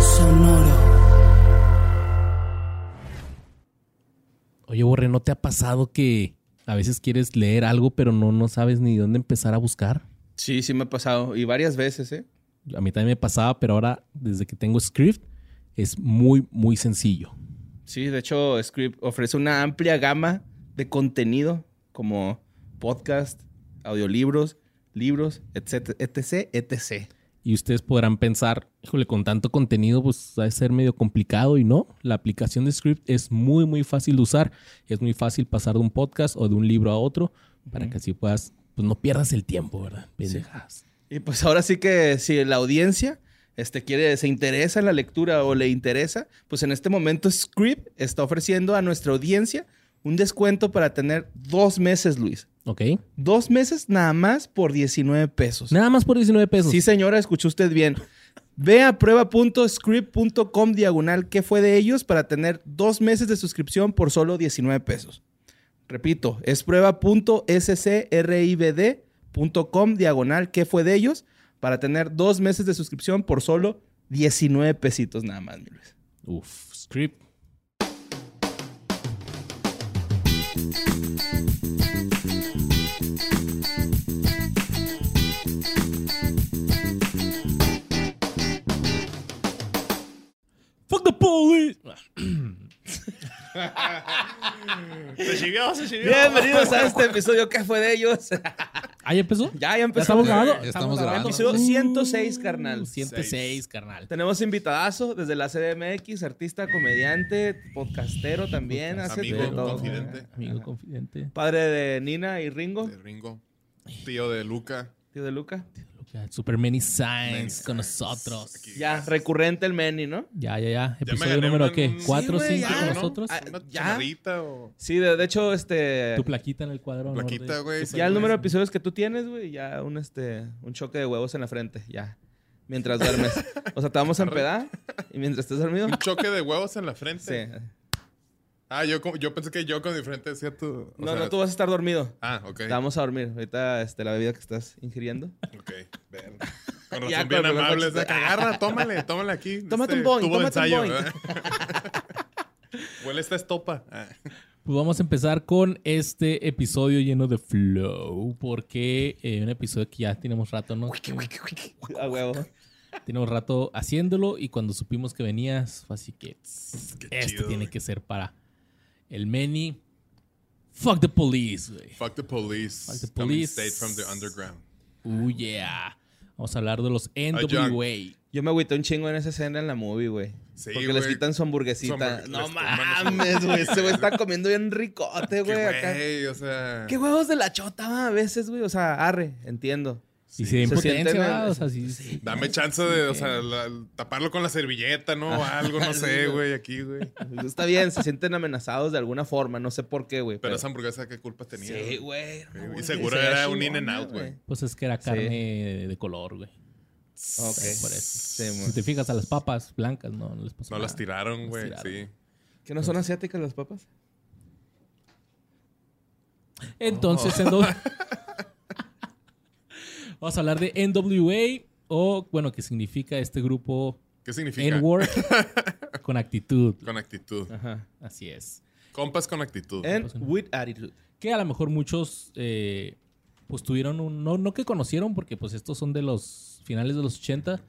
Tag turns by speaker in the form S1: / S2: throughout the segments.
S1: Sonoro.
S2: Oye, Borre, ¿no te ha pasado que a veces quieres leer algo, pero no, no sabes ni dónde empezar a buscar?
S3: Sí, sí me ha pasado. Y varias veces, ¿eh?
S2: A mí también me pasaba, pero ahora, desde que tengo Script, es muy, muy sencillo.
S3: Sí, de hecho, Script ofrece una amplia gama de contenido como podcast, audiolibros, libros, etcétera, etc, etc.
S2: Y ustedes podrán pensar, híjole, con tanto contenido, pues va a ser medio complicado y no. La aplicación de Script es muy, muy fácil de usar. Es muy fácil pasar de un podcast o de un libro a otro para que así puedas, pues no pierdas el tiempo, ¿verdad? Pendejadas.
S3: Y pues ahora sí que si la audiencia este, quiere, se interesa en la lectura o le interesa, pues en este momento Script está ofreciendo a nuestra audiencia un descuento para tener dos meses, Luis.
S2: Ok.
S3: Dos meses nada más por 19 pesos.
S2: Nada más por 19 pesos.
S3: Pues Sí, señora, escuchó usted bien. Ve a prueba.script.com diagonal que fue de ellos para tener dos meses de suscripción por solo 19 pesos. Repito, es prueba.scribd.com diagonal que fue de ellos para tener dos meses de suscripción por solo 19 pesitos nada más, mi Luis.
S2: Uf, Script. Fuck the police.
S4: Se chivió, se chivió.
S3: Bienvenidos a este episodio que fue de ellos.
S2: Ahí empezó.
S3: ya, ya
S2: ¿Ya
S3: empezamos.
S2: estamos grabando.
S5: Ya estamos grabando.
S3: Episodio 106, carnal.
S2: 106, carnal.
S3: Tenemos invitadazo desde la CDMX, artista, comediante, podcastero también, hace
S5: Amigo,
S3: de todo.
S5: confidente.
S2: Amigo confidente.
S3: Padre de Nina y Ringo,
S5: De Ringo. Tío de Luca.
S3: tío de Luca.
S2: Super many signs
S5: Many
S2: con
S5: signs.
S2: nosotros.
S5: Aquí.
S3: Ya, recurrente el Manny, ¿no?
S2: Ya, ya, ya.
S5: me
S2: Episodio
S5: gané
S2: número
S5: una-
S2: qué?
S5: un-
S2: ¿Cuatro,
S3: Sí, güey,
S2: cinco
S3: ya,
S2: con
S3: ¿no?
S2: nosotros?
S3: Ah,
S5: Una
S3: ya.
S5: chamarrita o
S3: Sí, de, de hecho, este...
S2: Tu plaquita en el cuadro. ¿no?
S5: plaquita,
S2: De-
S5: güey.
S2: tu
S3: Ya el
S2: plaquita.
S3: número de episodios que tú tienes, güey, ya un, este, un choque de huevos en la frente, ya. Mientras duermes. O sea, te vamos a empedar y mientras estés dormido...
S5: Un choque de huevos en la
S3: Sí.
S5: frente. Ah, yo, como- yo pensé que yo con mi frente decía tú. o
S3: No,
S5: sea,
S3: no, tú vas a estar dormido.
S5: Ah, ok.
S3: Te vamos a dormir. Ahorita, este, la bebida que estás ingiriendo.
S5: Ok. Ver. Con razón
S3: Ya,
S5: bien
S3: con- con-
S5: amables. de que agarra, tómale, tómale aquí. este,
S3: Tómate un boing,
S5: tubo de
S3: tómate un boing.
S5: ¿verdad? Huele esta estopa. Ah.
S2: Pues vamos a empezar con este episodio lleno de flow. Porque eh, un episodio que ya tenemos rato, ¿no?
S3: A huevo.
S2: Tenemos rato haciéndolo y cuando supimos que venías, fue así que tss,
S5: Qué
S2: este
S5: chido,
S2: tiene
S5: güey.
S2: que ser para el meni. Fuck the police, güey.
S5: Fuck the police.
S2: Fuck the
S5: Coming
S2: police.
S5: straight from the underground.
S2: Uh, yeah. Vamos a hablar de los NWA.
S3: Yo me agüité un chingo en esa escena en la movie, güey.
S5: Sí,
S3: porque les
S5: güey.
S3: quitan su
S5: Su
S3: hamburguesita.
S5: hamburg-
S3: no
S5: les toman
S3: mames, güey. Ese güey está comiendo bien ricote,
S5: Qué
S3: güey. acá.
S5: güey, o sea.
S3: Qué huevos de la chota va, a veces, güey. O sea, arre, entiendo.
S2: Y se da
S3: Se
S2: impotencia,
S3: sienten-
S2: ¿verdad? O sea, sí.
S5: Dame chance de, o sea, la- taparlo con la servilleta, ¿no? O
S3: Ah,
S5: algo, no sé, güey, aquí, güey.
S3: Está bien, se sienten amenazados de alguna forma. No sé por qué, güey.
S5: Pero esa hamburguesa, ¿qué culpa tenía?
S3: Sí, güey.
S5: Y
S3: no, güey,
S5: seguro
S3: se veía
S5: era un
S3: chingona,
S5: In-N-Out, güey.
S2: Pues es que era
S3: Sí.
S2: carne de- de color, güey.
S3: Ok.
S2: Por eso.
S3: Sí, ah,
S2: Si te
S3: mo-
S2: fijas a las papas blancas, no, no les pasó
S5: No
S2: nada.
S5: las tiraron,
S2: Las
S5: güey,
S2: tiraron.
S5: sí.
S3: ¿Que no son asiáticas las papas?
S2: Entonces, en do- vamos a hablar de NWA o, bueno, que significa este grupo
S5: ¿Qué significa?
S2: N-Word con actitud.
S5: Con actitud.
S3: Ajá.
S2: Así es.
S5: Compas con actitud.
S2: pues,
S3: And with attitude.
S2: Que a lo mejor muchos, eh, pues tuvieron un. No, no que conocieron, porque pues estos son de los finales de los 80,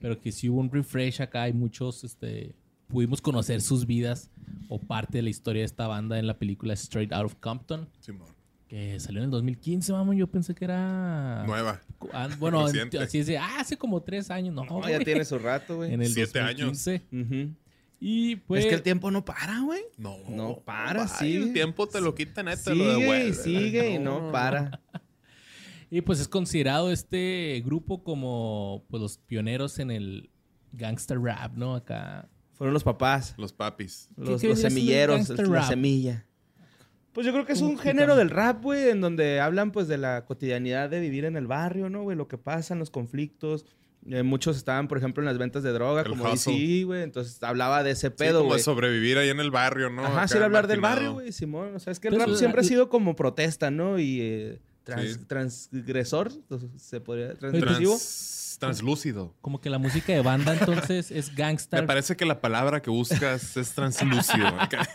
S2: pero que sí hubo un refresh acá y muchos, este. Pudimos conocer sus vidas o parte de la historia de esta banda en la película Straight Out of Compton,
S5: Simón.
S2: que salió en el 2015, vamos, yo pensé que era...
S5: Nueva.
S2: Ah, bueno,
S5: Reciente.
S2: así es, de, ah, hace como tres años, no,
S3: No,
S2: Oh, güey.
S3: Ah, ya tiene su rato, güey.
S2: En el
S5: Siete
S2: 2015.
S3: Ujú.
S2: Y pues...
S3: Es que el tiempo no para, güey.
S5: No.
S3: No para,
S5: Ay,
S3: sí.
S5: El tiempo te lo quita, neta. lo
S3: Sigue y
S5: devuelve.
S3: sigue y no para.
S2: Y pues es considerado este grupo como pues, los pioneros en el gangster rap, ¿no? Acá.
S3: Fueron los papás,
S5: Los papis.
S3: los,
S2: qué
S3: los
S2: vendría siendo el
S3: semilleros,
S2: gangster
S3: la
S2: rap?
S3: semilla. Pues yo creo que es un género del rap, güey, en donde hablan pues de la cotidianidad de vivir en el barrio, ¿no, güey? Lo que pasa, los conflictos. Eh, muchos estaban, por ejemplo, en las ventas de droga,
S5: El
S3: como
S5: hustle.
S3: DC, güey. Entonces hablaba de ese
S5: Sí,
S3: pedo,
S5: como de
S3: güey.
S5: sobrevivir ahí en el barrio, ¿no?
S3: Ajá,
S5: Acá
S3: sí, era hablar del barrio,
S5: marginado.
S3: güey, Simón. O sea, es que el
S2: Pero
S3: rap
S2: la-
S3: siempre ha
S2: la-
S3: sido como protesta, ¿no? Y eh, trans-
S5: Sí.
S3: transgresor, entonces, se podría... Transgresivo.
S5: Trans- translúcido.
S2: Como que la música de banda entonces es
S5: Me
S2: gangster.
S5: parece que la palabra que buscas es translúcido. Acá.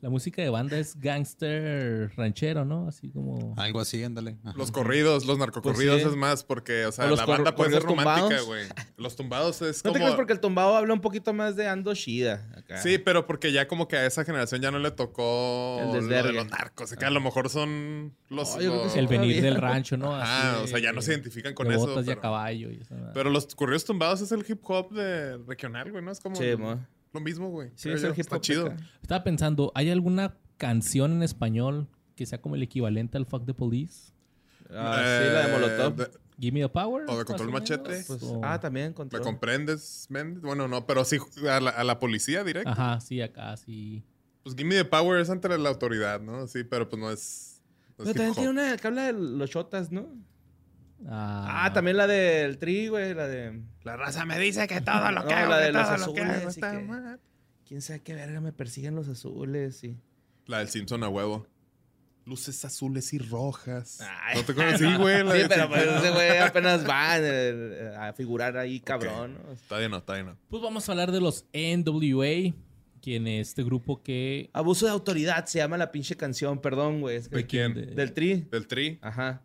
S2: La música de banda es gangster ranchero, ¿no? Así como...
S6: Algo así, ándale. Ajá.
S5: Los corridos, los narcocorridos
S3: Pues sí.
S5: es más porque, o sea,
S3: O los
S5: la
S3: cor-
S5: banda puede ser
S3: corridos
S5: romántica,
S3: tumbados.
S5: güey. Los tumbados es
S3: No
S5: como...
S3: te creas porque el tumbado habla un poquito más de ando shida. acá.
S5: Sí, pero porque ya como que a esa generación ya no le tocó
S3: El
S5: lo de
S3: desvergue.
S5: los narcos. O sea, que a lo mejor son los...
S3: No, yo creo que
S5: los-
S3: sí.
S2: El venir
S3: Todavía.
S2: del rancho, ¿no?
S5: Ah,
S2: Así de-
S5: o sea, ya no se identifican con
S2: de
S5: eso,
S2: Botas y a
S5: pero-
S2: caballo y esa madre.
S5: Pero los corridos tumbados es el hip hop de regional, güey, ¿no? Es como
S3: Sí, mo.
S5: lo mismo, güey.
S3: Sí,
S5: creo
S3: es el
S5: yo.
S3: hip
S5: Está
S3: hop
S5: chido.
S3: acá.
S2: Estaba pensando, ¿hay alguna canción en español que sea como el equivalente al Fuck the Police?
S3: Ah, sí, la de
S5: Eh,
S3: Molotov.
S5: de-
S2: Give me the power.
S5: O de Control
S2: más o menos,
S5: Machete.
S3: Pues,
S4: Oh.
S2: o-
S3: Ah, también
S5: ¿Me
S3: control.
S5: comprendes, men? Bueno, no, pero sí a la, a la policía directo.
S2: Ajá, sí, acá, sí.
S3: Ah.
S5: Pues Gimme the Power es ante la autoridad, ¿no? Sí, pero pues no es. no
S3: Pero
S5: es hip
S3: también
S5: hop.
S3: tiene una que habla de los chotas, ¿no?
S2: Ah,
S3: Ah, también la del tri, güey, la de...
S4: La raza me dice que todo lo
S3: No,
S4: que hago,
S3: la
S4: que
S3: de los
S4: todo lo que hago
S3: azules y
S4: está
S3: que-
S4: mal.
S3: Quién sabe qué verga me persiguen los azules y...
S5: La del Simpson a huevo. Luces azules y rojas. no te conocí, güey. la
S3: Sí,
S5: del
S3: pero
S5: Simpson,
S3: pues
S5: ¿no?
S3: ese güey apenas va eh, a figurar ahí cabrón, ¿no?
S5: Está bien, no, está bien. no.
S2: Pues vamos a hablar de los NWA, quien es este grupo que...
S3: Abuso de autoridad se llama la pinche canción, perdón, güey. es que-
S5: ¿De quién?
S2: de- Ah,
S3: Del tri.
S5: Del Tri.
S3: Ajá.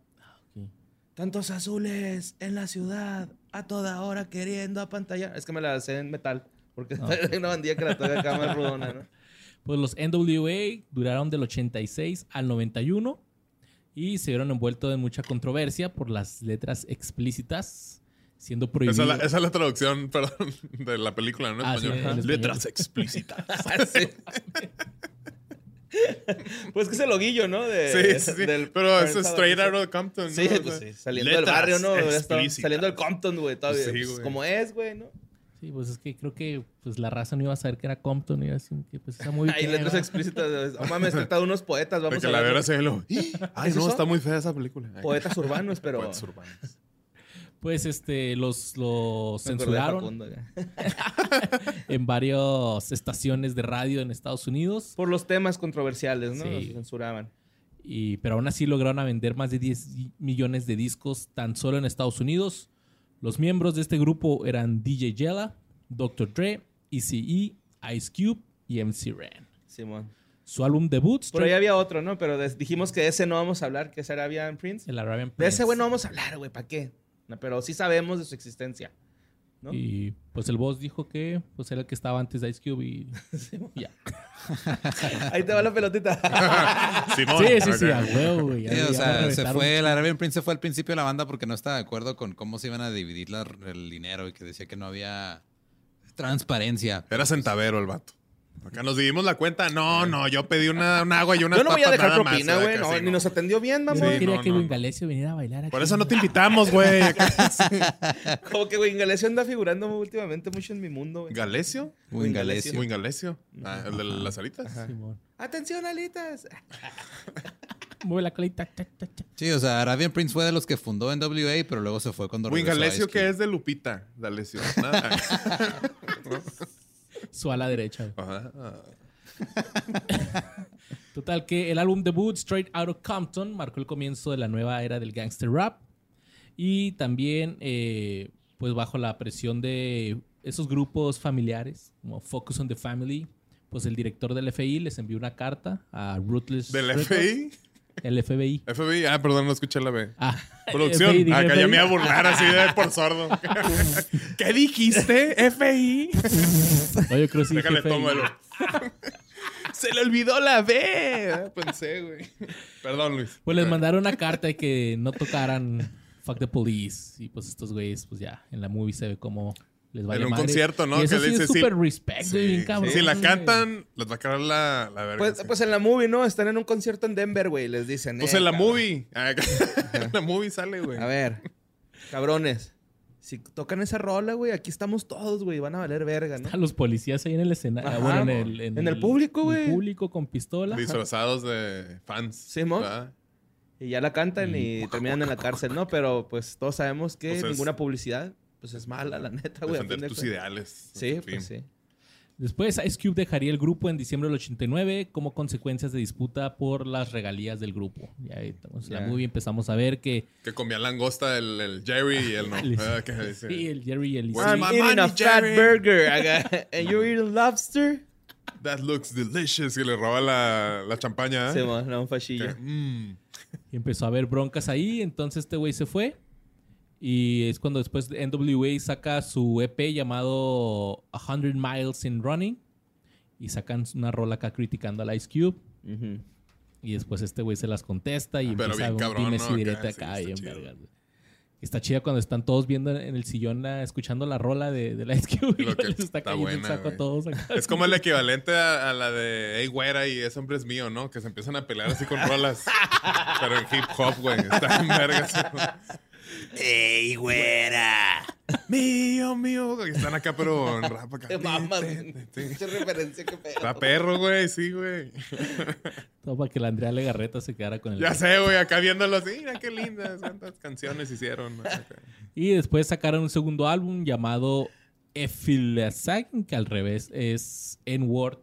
S2: ok.
S3: Tantos azules en la ciudad, a toda hora queriendo apantallar. Es que me la sé en metal, porque
S2: Ah,
S3: hay una bandilla que la toca acá más rudona, ¿no?
S2: Pues los NWA duraron del 86 al 91 y se vieron envueltos en mucha controversia por las letras explícitas, siendo
S5: Esa
S2: prohibido.
S5: es, la, esa es la traducción, perdón, de la película, ¿no? En
S2: Ah, sí,
S5: español.
S2: en español.
S5: Letras explícitas.
S3: Ah, Sí. Pues que es el loguillo, ¿no? De,
S5: sí, sí, sí.
S3: del-
S5: pero es
S3: del-
S5: straight out of Compton.
S3: Sí,
S5: ¿no? O
S3: pues
S5: sea,
S3: sí, saliendo del
S5: letras
S3: barrio, ¿no? Hubiera estado-
S5: explícitas.
S3: Saliendo del Compton, güey, todavía.
S5: Sí,
S3: pues,
S5: güey.
S3: como es, güey, ¿no?
S2: Sí, pues es que creo que pues, la raza no iba a saber que era Compton, iba a decir que pues está muy
S3: Hay
S2: bien.
S3: letras
S2: ¿verdad?
S3: explícitas. de- Oh, mames, trata de unos poetas,
S5: De
S3: vamos
S5: que
S3: a
S5: la
S3: hablar
S5: vera
S3: de
S5: se ve lo- Ay,
S3: ¿Eso
S5: no,
S3: son?
S5: está muy fea esa película.
S3: poetas urbanos, pero...
S5: Poetas urbanos.
S2: Pues este, los, los
S3: Me acordé de
S2: censuraron
S3: Facundo acá.
S2: en varias estaciones de radio en Estados Unidos.
S3: Por los temas controversiales, ¿no?
S2: Sí.
S3: Los censuraban.
S2: Y, pero aún así lograron a vender más de 10 millones de discos tan solo en Estados Unidos. Los miembros de este grupo eran DJ Jella, Dr. Dre, ECE, Ice Cube y MC Ren.
S3: Simón.
S2: Su álbum debut,
S3: Por ahí
S2: Straight-
S3: había otro, ¿no? Pero des- dijimos que de ese no vamos a hablar, que ese era Arabian Prince.
S2: el Arabian
S3: De ese,
S2: Prince.
S3: güey, no vamos a hablar, güey, ¿para qué? No, pero sí sabemos de su existencia. ¿no?
S2: Y pues el boss dijo que pues era el que estaba antes de Ice Cube y y ya.
S3: Ahí te va la pelotita.
S5: Simón.
S2: Sí, sí, sí,
S5: Ok.
S2: a huevo, güey. Ya-
S6: Sí, o
S2: ya me
S6: sea, se
S2: reventaron.
S6: fue, el Arabian Prince se fue al principio de la banda porque no estaba de acuerdo con cómo se iban a dividir la- el dinero y que decía que no había transparencia.
S5: Era centavero el vato. Acá nos dimos la cuenta. No, no, yo pedí una, un agua y unas
S3: Yo no voy a
S5: papas
S3: dejar
S5: nada más,
S3: propina,
S5: acá,
S3: güey. No,
S5: sí,
S3: ni
S5: no.
S3: nos atendió bien,
S2: Yo
S3: mamón.
S5: Sí,
S2: quería
S5: no,
S2: que
S5: no,
S2: Luis
S5: no.
S2: Galesio viniera a bailar aquí.
S5: Por eso no te invitamos, güey. Acá-
S3: Como que, güey, Ingalesio anda figurando últimamente mucho en mi mundo, güey.
S5: ¿Galesio?
S6: Wingalesio.
S5: Wingalesio. Ah, el de las alitas.
S2: Simón.
S3: ¡Atención, alitas!
S2: Mueve la colita. ta, ta, ta.
S6: Sí, o sea, Arabian Prince fue de los que fundó NWA, pero luego se fue cuando regresó a
S5: Wingalesio
S6: Ice Cube.
S5: que es de Lupita. D'Alessio. Nada.
S2: Su ala derecha, güey.
S5: Ajá.
S2: Total, que el álbum debut, Straight Outta Compton, marcó el comienzo de la nueva era del gangster rap. Y también, eh, pues bajo la presión de esos grupos familiares, como Focus on the Family, pues el director del FI les envió una carta a Ruthless.
S5: ¿Del
S2: Records.
S5: FBI?
S2: El FBI.
S5: FBI. Ah, perdón, no escuché la B.
S2: Ah,
S5: Producción.
S2: FBI, dije
S5: Acá ya me iba a
S2: FBI.
S5: burlar así de por sordo. ¿Qué dijiste, FBI?
S2: No, yo creo que sí,
S5: Déjale,
S2: FBI.
S5: tómalo. Se le olvidó la B. Ah, Pensé, güey. Perdón, Luis.
S2: Pues les mandaron una carta de que no tocaran Fuck the Police. Y pues estos güeyes, pues ya, en la movie se ve como les vale
S5: En un
S2: madre.
S5: concierto, ¿no?
S2: Y eso sí
S5: Que le
S2: es
S5: dice, sí.
S2: súper respect, güey, bien
S5: Sí,
S2: cabrón.
S5: Si la
S2: güey.
S5: cantan, les va a caer la, la verga.
S3: Pues,
S5: sí.
S3: pues en la movie, ¿no? Están en un concierto en Denver, güey. Les dicen.
S5: Pues
S3: "Eh,
S5: en la
S3: cabrón,
S5: movie. Ah, en la movie sale, güey.
S3: A ver, cabrones. Si tocan esa rola, güey, aquí estamos todos, güey. Van a valer verga, ¿no?
S2: A los policías ahí en el escenario.
S3: Ajá.
S2: Bueno, en el, en
S3: En el público,
S2: en el
S3: güey.
S2: público con pistola.
S5: Disfrazados de fans.
S3: Simón.
S5: ¿verdad?
S3: Y ya la cantan y terminan en la cárcel, ¿no? Pero pues todos sabemos que
S5: Pues es-
S3: ninguna publicidad, pues es mala, la neta, güey. a fin
S5: Defender
S3: de
S5: tus
S3: cuentas.
S5: ideales.
S3: Sí,
S5: En fin.
S3: pues sí.
S2: Después Ice Cube dejaría el grupo en diciembre del 89 como consecuencias de disputa por las regalías del grupo. Ya ahí estamos en
S3: Ya.
S2: la movie empezamos a ver que
S5: Que comía langosta el, el Jerry y el no. Ah, que dice,
S2: sí, el Jerry y el
S5: Where's
S3: I'm
S5: my
S3: eating a
S5: money,
S3: fat
S5: Pues, Jerry?
S3: burger. aga- And you're eating lobster.
S5: That looks delicious. Y le roba la, la champaña. ¿eh?
S3: Se me da un fachillo.
S5: Que, mm.
S2: Y empezó a haber broncas ahí, entonces este güey se fue. Y es cuando después NWA saca su EP llamado 100 Miles in Running. Y sacan una rola acá criticando al Ice Cube.
S3: Ujú.
S2: Y después este güey se las contesta y
S5: Ah, Pero
S2: empieza
S5: bien
S2: un
S5: cabrón,
S2: dimes y
S5: ¿no?
S2: direte
S5: Acá, sí,
S2: acá.
S5: está
S2: bien
S5: chido.
S2: vergas, güey. Está chida cuando están todos viendo en el sillón, la- escuchando la rola de, de Ice Cube. Y
S5: Lo que
S2: les está
S5: está
S2: cayendo el
S5: buena,
S2: saco a
S5: güey.
S2: todos. acá.
S5: Es como el equivalente a, a la de Hey Güera y ese hombre es mío, ¿no? Que se empiezan a pelear así con rolas. pero en hip hop, güey. Está en vergas.
S4: ¡Ey, güera!
S5: mío, mío. güey, Están acá, pero en rap acá.
S3: Te mamas.
S5: Sí.
S3: Mucha referencia que pedo.
S5: Está perro, güey. Sí, güey.
S2: Todo para que la Andrea Legarreta se quedara con el...
S5: Ya sé, güey, acá viéndolos. Mira qué lindas, cuántas canciones hicieron.
S2: Y después sacaron un segundo álbum llamado Efilasang, que al revés es N-Word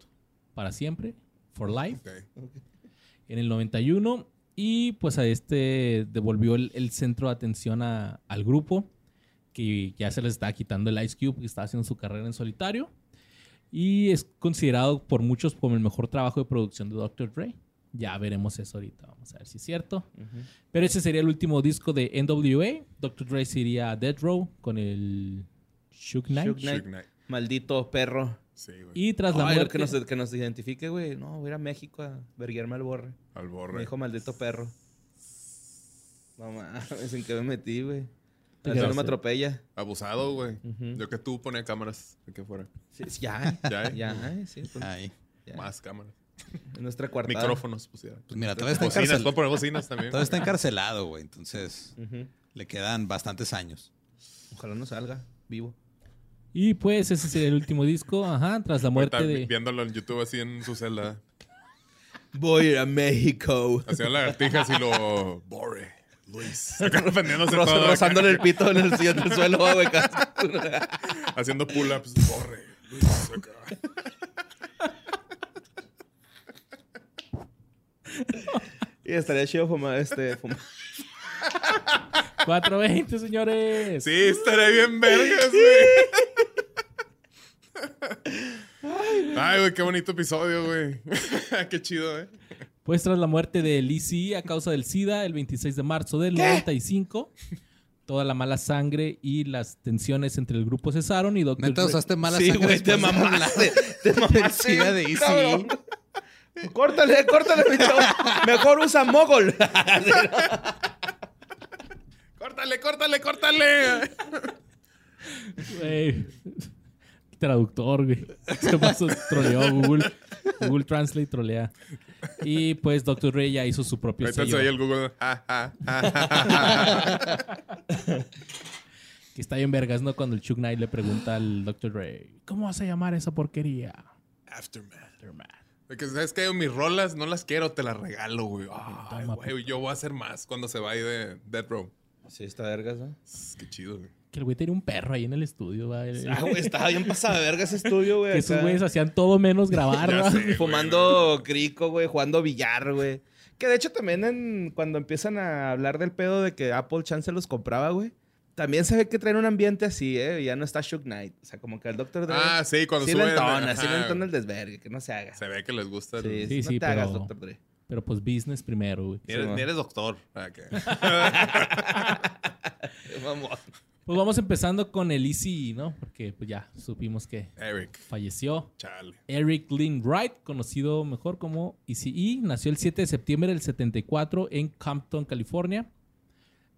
S2: para siempre, for life,
S5: Ok.
S2: en el 91. Y pues a este devolvió el, el centro de atención a- al grupo, que ya se les estaba quitando el Ice Cube, que estaba haciendo su carrera en solitario. Y es considerado por muchos como el mejor trabajo de producción de Dr. Dre. Ya veremos eso ahorita, vamos a ver si es cierto. Pero ese sería el último disco de NWA. Dr. Dre se iría a Death Row con el Shook Knight.
S3: Shook Knight.
S5: Suge Knight.
S3: Maldito perro.
S5: Sí, güey.
S2: Y tras la
S3: Ay,
S2: muerte...
S3: que, nos, que nos identifique, güey. No, voy a ir a México a verguiarme al borre.
S5: Al
S3: Me
S5: borre.
S3: dijo maldito perro. No mames, ¿en qué me metí, güey?
S2: ¿Te
S3: A ver si no
S2: quedaste?
S3: me atropella.
S5: Abusado, güey.
S3: Ujú.
S5: Yo que tú ponía cámaras aquí afuera.
S3: Sí, sí, ya,
S5: Ya,
S3: ya,
S5: ¿eh?
S3: ya, sí. pues,
S6: Ay.
S3: ya.
S5: Más cámaras.
S3: En nuestra cuartada.
S5: Micrófonos pusieron.
S6: Pues mira, todavía está,
S5: Bocinas,
S6: encarcel-
S5: puedo poner bocinas también.
S6: todavía está encarcelado, güey. Entonces,
S3: Ujú.
S6: le quedan bastantes años.
S3: Ojalá no salga vivo.
S2: Y pues ese sería el último disco. Ajá, tras la muerte
S5: Ahorita
S2: de...
S5: Viéndolo en YouTube así en su celda.
S3: Voy a ir a México.
S5: Hacía lagartijas y lo. Borre. Luis. Acá defendiéndose
S3: Roz-
S5: todo. acá,
S3: rozándole el pito en el, en el suelo, güey. casi.
S5: Haciendo pull-ups. Borre. Luis. Acá.
S3: Y estaría chido fumar este. Fumar.
S2: 420, señores.
S5: Sí, estaré bien vergas, güey. Ay, güey, qué bonito episodio, güey. qué chido, eh.
S2: Pues tras la muerte de Lizzy a causa del SIDA el 26 de marzo del 95, toda la mala sangre y las tensiones entre el grupo cesaron y Dr.
S6: Neta,
S2: Dre-
S6: usaste mala
S3: Sí,
S6: sangre
S3: güey, te
S6: después de
S3: mamaste. Te
S6: la
S3: mamaste.
S6: sida de Easy.
S3: Cabrón. Córtale, córtale, mi chavo. Mejor usa mogol.
S5: Córtale, córtale, córtale.
S2: Güey. Traductor, güey. Se pasó, troleó Google. Google Translate trolea. Y pues Dr. Dre ya hizo su propio
S5: Ahorita se
S2: sello.
S5: oye el Google. Ja, ja, ja, ja.
S2: Que está bien vergas, ¿no? Cuando el Chuck Knight le pregunta al Dr. Dre, ¿cómo vas a llamar esa porquería?
S5: Aftermath.
S2: Aftermath.
S5: De que, ¿Sabes qué? Mis rolas no las quiero, te las regalo, güey. Ay,
S2: Toma,
S5: güey, yo voy a hacer más cuando se vaya de Dead Row.
S3: Sí, está vergas, ¿no?
S5: Sss, Qué chido, güey.
S2: Que el güey tenía un perro ahí en el estudio, ¿va? El-
S3: Ah, güey, estaba bien pasada de verga ese estudio, güey.
S2: que esos
S3: acá.
S2: güeyes hacían todo menos grabar,
S5: Ya
S2: ¿va?
S5: sé, Ah, güey.
S3: Fumando crico, güey, jugando billar, güey. Que de hecho también en- cuando empiezan a hablar del pedo de que Apple Chance los compraba, güey. También se ve que traen un ambiente así, ¿eh? Ya no está Shook Knight. O sea, como que el Dr. Dre...
S5: Ah, sí, cuando
S3: sí
S5: sube.
S3: le entona,
S5: ajá,
S3: sí le entona el desvergue, que no se haga.
S5: Se ve que les gusta. el-
S3: Sí,
S2: Sí,
S3: no
S2: sí,
S3: te hagas,
S2: pero-
S3: Dr. Dre.
S2: Pero pues business primero, güey.
S5: Ni eres,
S3: Sí,
S5: ni
S3: va.
S5: eres doctor. Ah, que-
S3: Vamos.
S2: Pues vamos empezando con el Easy, ¿no? Porque pues ya supimos que
S5: Eric,
S2: falleció.
S5: chale.
S2: Eric Lynn Wright, conocido mejor como ECE, nació el 7 de septiembre del 74 en Compton, California.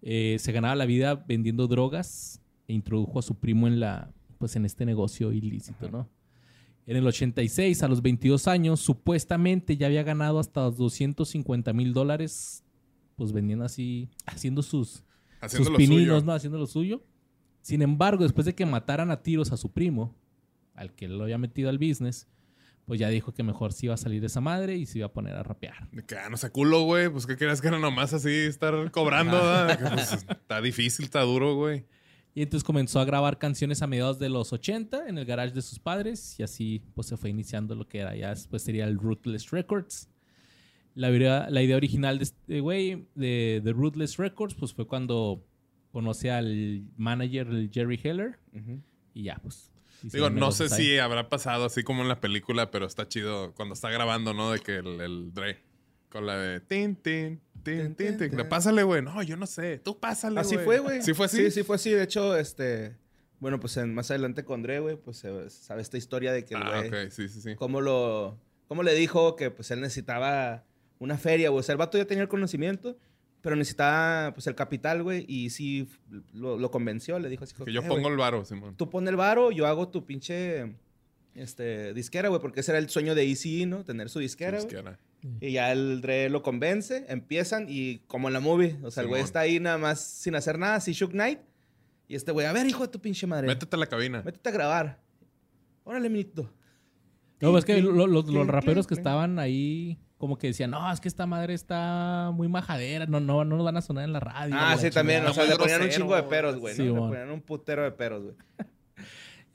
S2: Eh, se ganaba la vida vendiendo drogas e introdujo a su primo en la pues en este negocio ilícito, ¿no? En el 86, a los 22 años, supuestamente ya había ganado hasta 250 mil dólares, pues vendiendo así, haciendo sus,
S5: Haciendo
S2: sus
S5: lo
S2: pininos,
S5: suyo.
S2: ¿no? Haciendo lo suyo. Sin embargo, después de que mataran a tiros a su primo, al que lo había metido al business, pues ya dijo que mejor sí iba a salir de esa madre y se iba a poner a rapear.
S5: De que, ah, no sea culo, güey. Pues, ¿qué crees que era nomás así estar cobrando?
S6: Ajá.
S5: ¿verdad? Que, pues, está difícil, está duro, güey.
S2: Y entonces comenzó a grabar canciones a mediados de los 80 en el garage de sus padres y así pues se fue iniciando lo que era ya después sería el Ruthless Records. La idea, la idea original de este güey de, de Ruthless Records pues fue cuando conoce al manager el Jerry Heller y ya pues.
S5: Digo,
S2: hicieron
S5: no
S2: el
S5: sé
S2: design.
S5: si habrá pasado así como en la película, pero está chido cuando está grabando, ¿no? De que el, el Dre con la de tin, tin, tin, tin, tin. Le, Pásale, güey. No, yo no sé. Tú pásale, güey.
S3: Así fue, güey.
S5: Sí fue así.
S3: Sí, sí fue así. De hecho, este... Bueno, pues en- más adelante con Dre, güey, pues se sabe esta historia de que el
S5: Ah,
S3: güey...
S5: ok. Sí, sí, sí.
S3: cómo lo cómo le dijo que pues él necesitaba una feria, güey. O sea, el vato ya tenía el conocimiento, pero necesitaba pues el capital, güey, y sí f- lo, lo convenció, le dijo así
S5: Que yo
S3: "Eh,
S5: pongo
S3: güey,
S5: el varo, Simón.
S3: tú pon el varo, yo hago tu pinche este disquera, güey, porque ese era el sueño de Easy, ¿no? Tener su disquera,
S5: Pues,
S3: güey.
S5: que era.
S3: Y ya el Dre lo convence, empiezan y como en la movie, o sea, el güey
S5: Simón.
S3: está ahí nada más sin hacer nada, así Shook Knight. Y este güey, a ver, hijo de tu pinche madre.
S5: Métete a la cabina.
S3: Métete a grabar. Órale, minito.
S2: No, pues es que
S3: Clink,
S2: lo- los, los
S3: clink,
S2: raperos que
S3: clink, clink.
S2: estaban ahí como que decían, no, es que esta madre está muy majadera, no, no, no nos van a sonar en la radio.
S3: Ah,
S2: la
S3: sí, también.
S2: chingada".
S3: O sea,
S5: Está
S3: le
S5: muy
S3: ponían un
S5: grosero,
S3: chingo de
S5: güey.
S3: peros, güey. ¿no?
S2: Sí,
S3: Le
S2: mon.
S3: ponían un putero de peros, güey.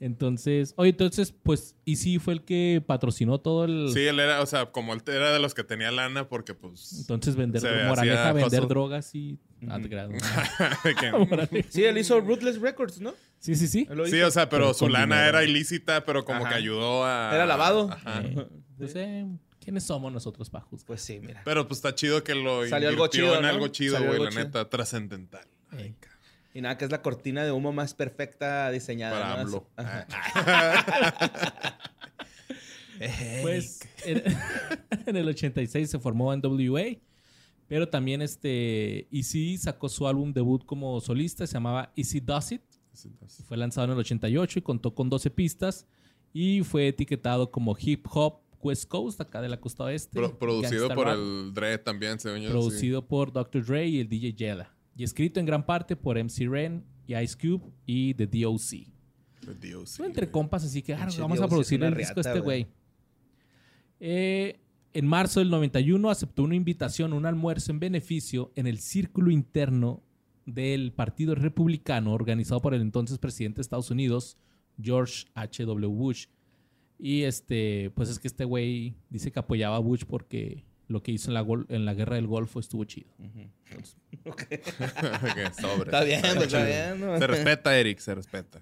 S2: Entonces, oye, entonces, pues, y sí fue el que patrocinó todo el...
S5: Sí, él era, o sea, como él era de los que tenía lana porque, pues...
S2: Entonces, vender,
S5: Se hacía
S2: moraleja, vender
S5: cosas-
S2: drogas y... Ah, te creas, no.
S5: de que-
S2: Moraleja.
S3: Sí, él hizo Ruthless Records, ¿no?
S2: sí, sí, sí.
S3: Él lo
S5: sí,
S3: hizo.
S5: o sea, pero,
S2: Pero
S5: su
S2: con
S5: lana
S2: dinero.
S5: era ilícita, pero como
S3: Ajá.
S5: que ayudó a...
S3: Era lavado.
S5: Ajá.
S2: Eh, no sé, ¿quiénes somos nosotros para juzgar?
S3: Pues sí, mira.
S5: Pero pues está chido que lo
S3: Salió
S5: Salió
S3: algo chido,
S5: en
S3: ¿no?
S5: algo chido,
S3: Salió
S5: güey,
S3: algo
S5: la
S3: chido.
S5: neta, trascendental. Ay,
S2: Eh.
S5: cabrón,
S3: Y nada, que es la cortina de humo más perfecta diseñada.
S5: Para
S3: ¿no?
S5: AMLO. Ah,
S3: Así- Ah, Ajá.
S2: Pues en, en el 86 se formó NWA, pero también este Easy sacó su álbum debut como solista, se llamaba Easy Does It. Fue lanzado en el 88 y contó con 12 pistas y fue etiquetado como Hip Hop West Coast, acá de la costa oeste.
S5: Pro- producido
S2: Gangsta
S5: por
S2: Rap,
S5: el Dre también, se yo.
S2: Producido por Dr. Dre y el DJ Jella. Y escrito en gran parte por MC Ren y Ice Cube y The D.O.C.
S5: sí. Dios, sí,
S2: No entre
S5: güey.
S2: compas, así que ah,
S3: Pinche
S2: vamos a
S3: Dios,
S2: producir
S3: es
S2: el
S3: una
S2: disco a
S3: riata,
S2: este
S3: güey.
S2: güey. Eh, en marzo del 91 aceptó una invitación, un almuerzo en beneficio en el círculo interno del Partido Republicano organizado por el entonces presidente de Estados Unidos, George H.W. Bush. Y este, pues es que este güey dice que apoyaba a Bush porque lo que hizo en la, gol- en la guerra del Golfo estuvo chido. Entonces,
S5: Que sobre.
S3: Está bien, pues, está bien. ¿no?
S5: Se respeta, Eric, se respeta.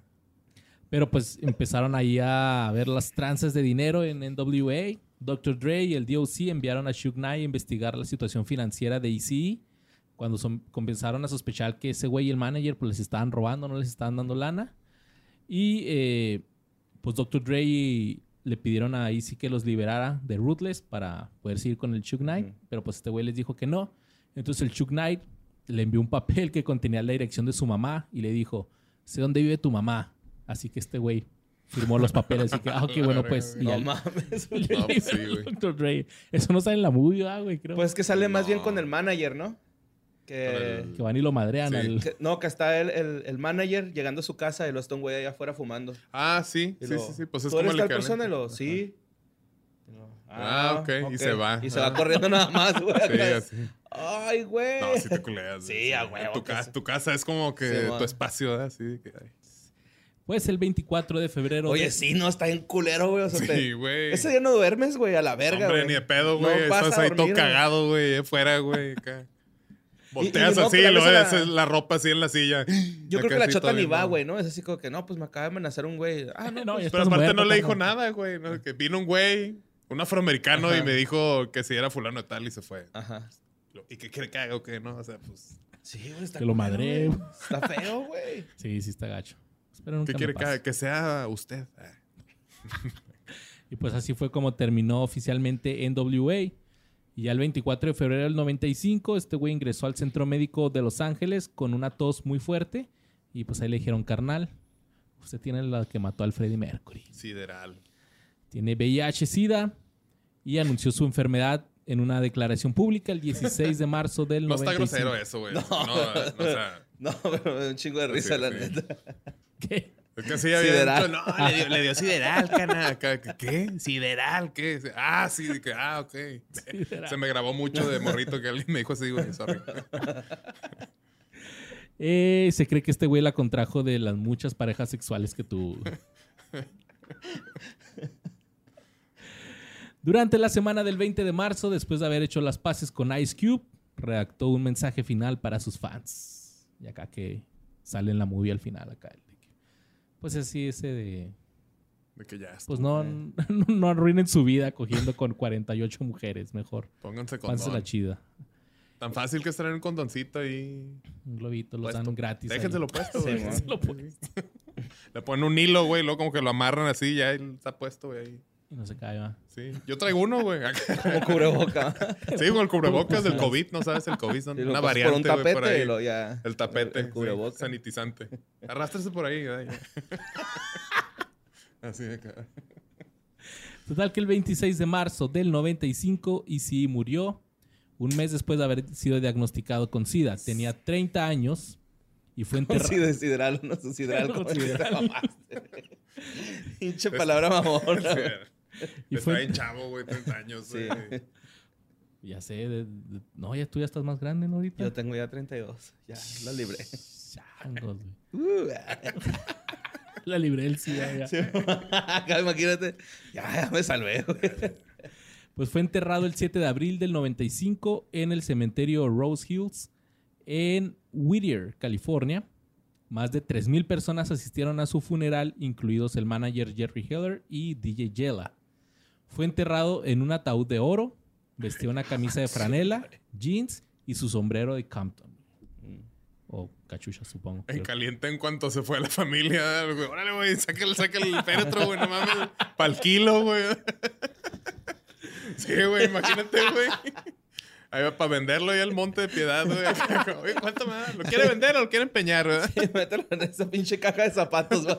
S2: Pero pues empezaron ahí a ver las tranzas de dinero en NWA. Dr. Dre y el DOC enviaron a Shug Knight a investigar la situación financiera de E ECE. Cuando son- comenzaron a sospechar que ese güey y el manager pues les estaban robando, no les estaban dando lana. Y eh, pues Dr. Dre y- le pidieron a ECE que los liberara de Ruthless para poder seguir con el Shug Knight.
S3: Ujú.
S2: Pero pues este güey les dijo que no. Entonces el Shug Knight le envió un papel que contenía la dirección de su mamá y le dijo, sé dónde vive tu mamá. Así que este güey firmó los papeles. Así que, ah, ok, bueno, pues. y
S3: No
S2: ya-
S3: mames. güey.
S2: le
S5: No, pues, sí,
S2: liberó
S5: güey.
S2: Dr. Dre. Eso no sale en la movie, ah, güey, creo.
S3: Pues es que sale más bien
S5: No.
S3: con el manager, ¿no?
S5: Con
S3: Que.
S5: el-
S2: que van y lo madrean
S5: Sí.
S2: al-
S3: que- no, que está el, el- el manager llegando a su casa y lo está un güey allá afuera fumando.
S5: Ah, sí,
S3: Y
S5: sí,
S3: lo-
S5: sí, sí. Pues es
S3: ¿Tú
S5: como
S3: eres
S5: el
S3: tal
S5: que-
S3: persona? Y lo, sí. Y lo,
S5: Ah, ok, y se va.
S3: Y se va corriendo nada más, güey.
S5: Sí,
S3: acá.
S5: así.
S3: Ay, güey.
S5: No, sí te culeas.
S3: Sí,
S5: güey,
S3: a huevo
S5: Tu,
S3: que
S5: casa,
S3: sí.
S5: tu casa es como que
S3: Sí,
S5: tu
S3: man.
S5: espacio, ¿verdad? Así que, ay.
S2: Pues el 24 de febrero. de-
S3: Oye, sí, no, está en culero, güey. O sea, te-
S5: Sí, güey.
S3: Ese día no duermes, güey, a la verga,
S5: Hombre,
S3: güey.
S5: ni de pedo, güey.
S3: No vas
S5: Estás
S3: a
S5: ahí todo
S3: dormir, güey.
S5: cagado, güey. Afuera, güey. acá. Volteas
S3: y no,
S5: así,
S3: que la
S5: y luego
S3: ves a la-
S5: haces la ropa así en la silla.
S3: Yo
S5: Acá
S3: creo que la
S5: así
S3: chota
S5: todo
S3: ni
S5: bien,
S3: va,
S5: ¿no?
S3: güey, ¿no? Es así como que, no, pues me acaba de amenazar un güey. Ah, no.
S2: No, ya
S5: Pero
S2: estás
S5: aparte
S2: muerto,
S5: no le dijo
S2: cabrón.
S5: nada, güey. ¿no? Que vino un güey, un afroamericano, y
S3: Ajá.
S5: me dijo que si era fulano de tal y se fue.
S3: Ajá.
S5: ¿Y qué quiere que haga o qué? No, o sea, pues.
S3: Sí, güey, está
S2: Que lo
S3: culero,
S2: madre.
S3: güey. Está feo, güey.
S2: Sí, sí está gacho. Espero nunca
S5: ¿Qué
S2: me
S5: quiere que
S2: pase.
S5: haga? Que sea usted. Ah.
S2: Y pues así fue como terminó oficialmente NWA. Y ya el 24 de febrero del 95, este güey ingresó al centro médico de Los Ángeles con una tos muy fuerte. Y pues ahí le dijeron, carnal, Usted tiene la que mató al Freddie Mercury.
S5: Sideral.
S2: Tiene VIH-Sida y anunció su enfermedad en una declaración pública el 16 de marzo del
S5: No está
S2: 95.
S5: grosero eso, güey. No. no, o sea,
S3: No, pero me da un chingo de risa,
S5: Sí,
S3: la
S5: sí.
S3: neta.
S2: ¿Qué?
S5: es que sí había
S3: Sideral.
S5: dicho, no, le dio, le dio sideral, cana. Acá, que, ¿Qué? ¿Sideral? ¿Qué? Ah, sí, que, ah, ok.
S2: Sideral.
S5: Se me grabó mucho de morrito que alguien me dijo así, güey, sorry.
S2: Eh, se cree que este güey la contrajo de las muchas parejas sexuales que tuvo. Durante la semana del 20 de marzo, después de haber hecho las paces con Ice Cube, redactó un mensaje final para sus fans. Y acá que sale en la movie al final acá. el de que, Pues así ese de...
S5: De que ya está.
S2: Pues no, no, arruinen su vida cogiendo con 48 mujeres, mejor.
S5: Pónganse
S2: Pásense la
S5: condón.
S2: chida.
S5: Tan fácil que es traer un condoncito ahí.
S2: Un globito, los
S5: Puesto.
S2: dan gratis. ahí.
S5: Déjenselo puesto, güey.
S2: Déjenselo puesto.
S5: Le ponen un hilo, güey, luego como que lo amarran así y ya él está puesto, güey, ahí.
S2: Y no se cae, va.
S5: Sí. Yo traigo uno, güey. Acá.
S3: Como cubreboca.
S5: Sí, con el cubrebocas del COVID, no sabes, el COVID son
S3: Y lo
S5: una
S3: pasas
S5: variante.
S3: por un
S5: güey,
S3: tapete
S5: ahí.
S3: y lo ya.
S5: El tapete,
S3: el cubrebocas.
S5: sí, sanitizante. Arrástrese por ahí. güey. Así de acá.
S2: Total que el 26 de marzo del 95 y sí murió un mes después de haber sido diagnosticado con SIDA. Tenía 30 años y fue
S3: Un
S2: enterrado.
S3: sidral, no es un sidral.
S2: Un
S3: como si te mamaste. Hinche palabra mamona. güey.
S2: Y
S5: Está
S2: fue,
S5: bien chavo, güey, 30 años.
S3: Sí.
S5: güey.
S2: ya sé, de- de- no, ya tú ya estás más grande, ¿no? Ahorita.
S3: Yo tengo ya 32. Ya, la libré.
S2: Changos, güey.
S3: Uh,
S2: La libré del SIDA ya.
S3: sí. Acá imagínate. Ya, ya me salvé, güey.
S2: Pues fue enterrado el 7 de abril del 95 en el cementerio Rose Hills en Whittier, California. Más de 3.000 personas asistieron a su funeral, incluidos el manager Jerry Heller y DJ Jella. Fue enterrado en un ataúd de oro, vestía una camisa de franela, jeans y su sombrero de Compton. O cachucha, supongo.
S5: En
S2: pero-
S5: caliente, en cuanto se fue la familia, güey, órale, güey, saca el, saca el féretro, güey, no mames, pa'l kilo, güey. Sí, güey, imagínate, güey. Ahí va para venderlo ahí al monte de piedad, güey. Acá, Oye, ¿cuánto me da? ¿Lo quiere vender o lo quiere empeñar, güey?
S3: Mételo en esa pinche caja de zapatos. güey.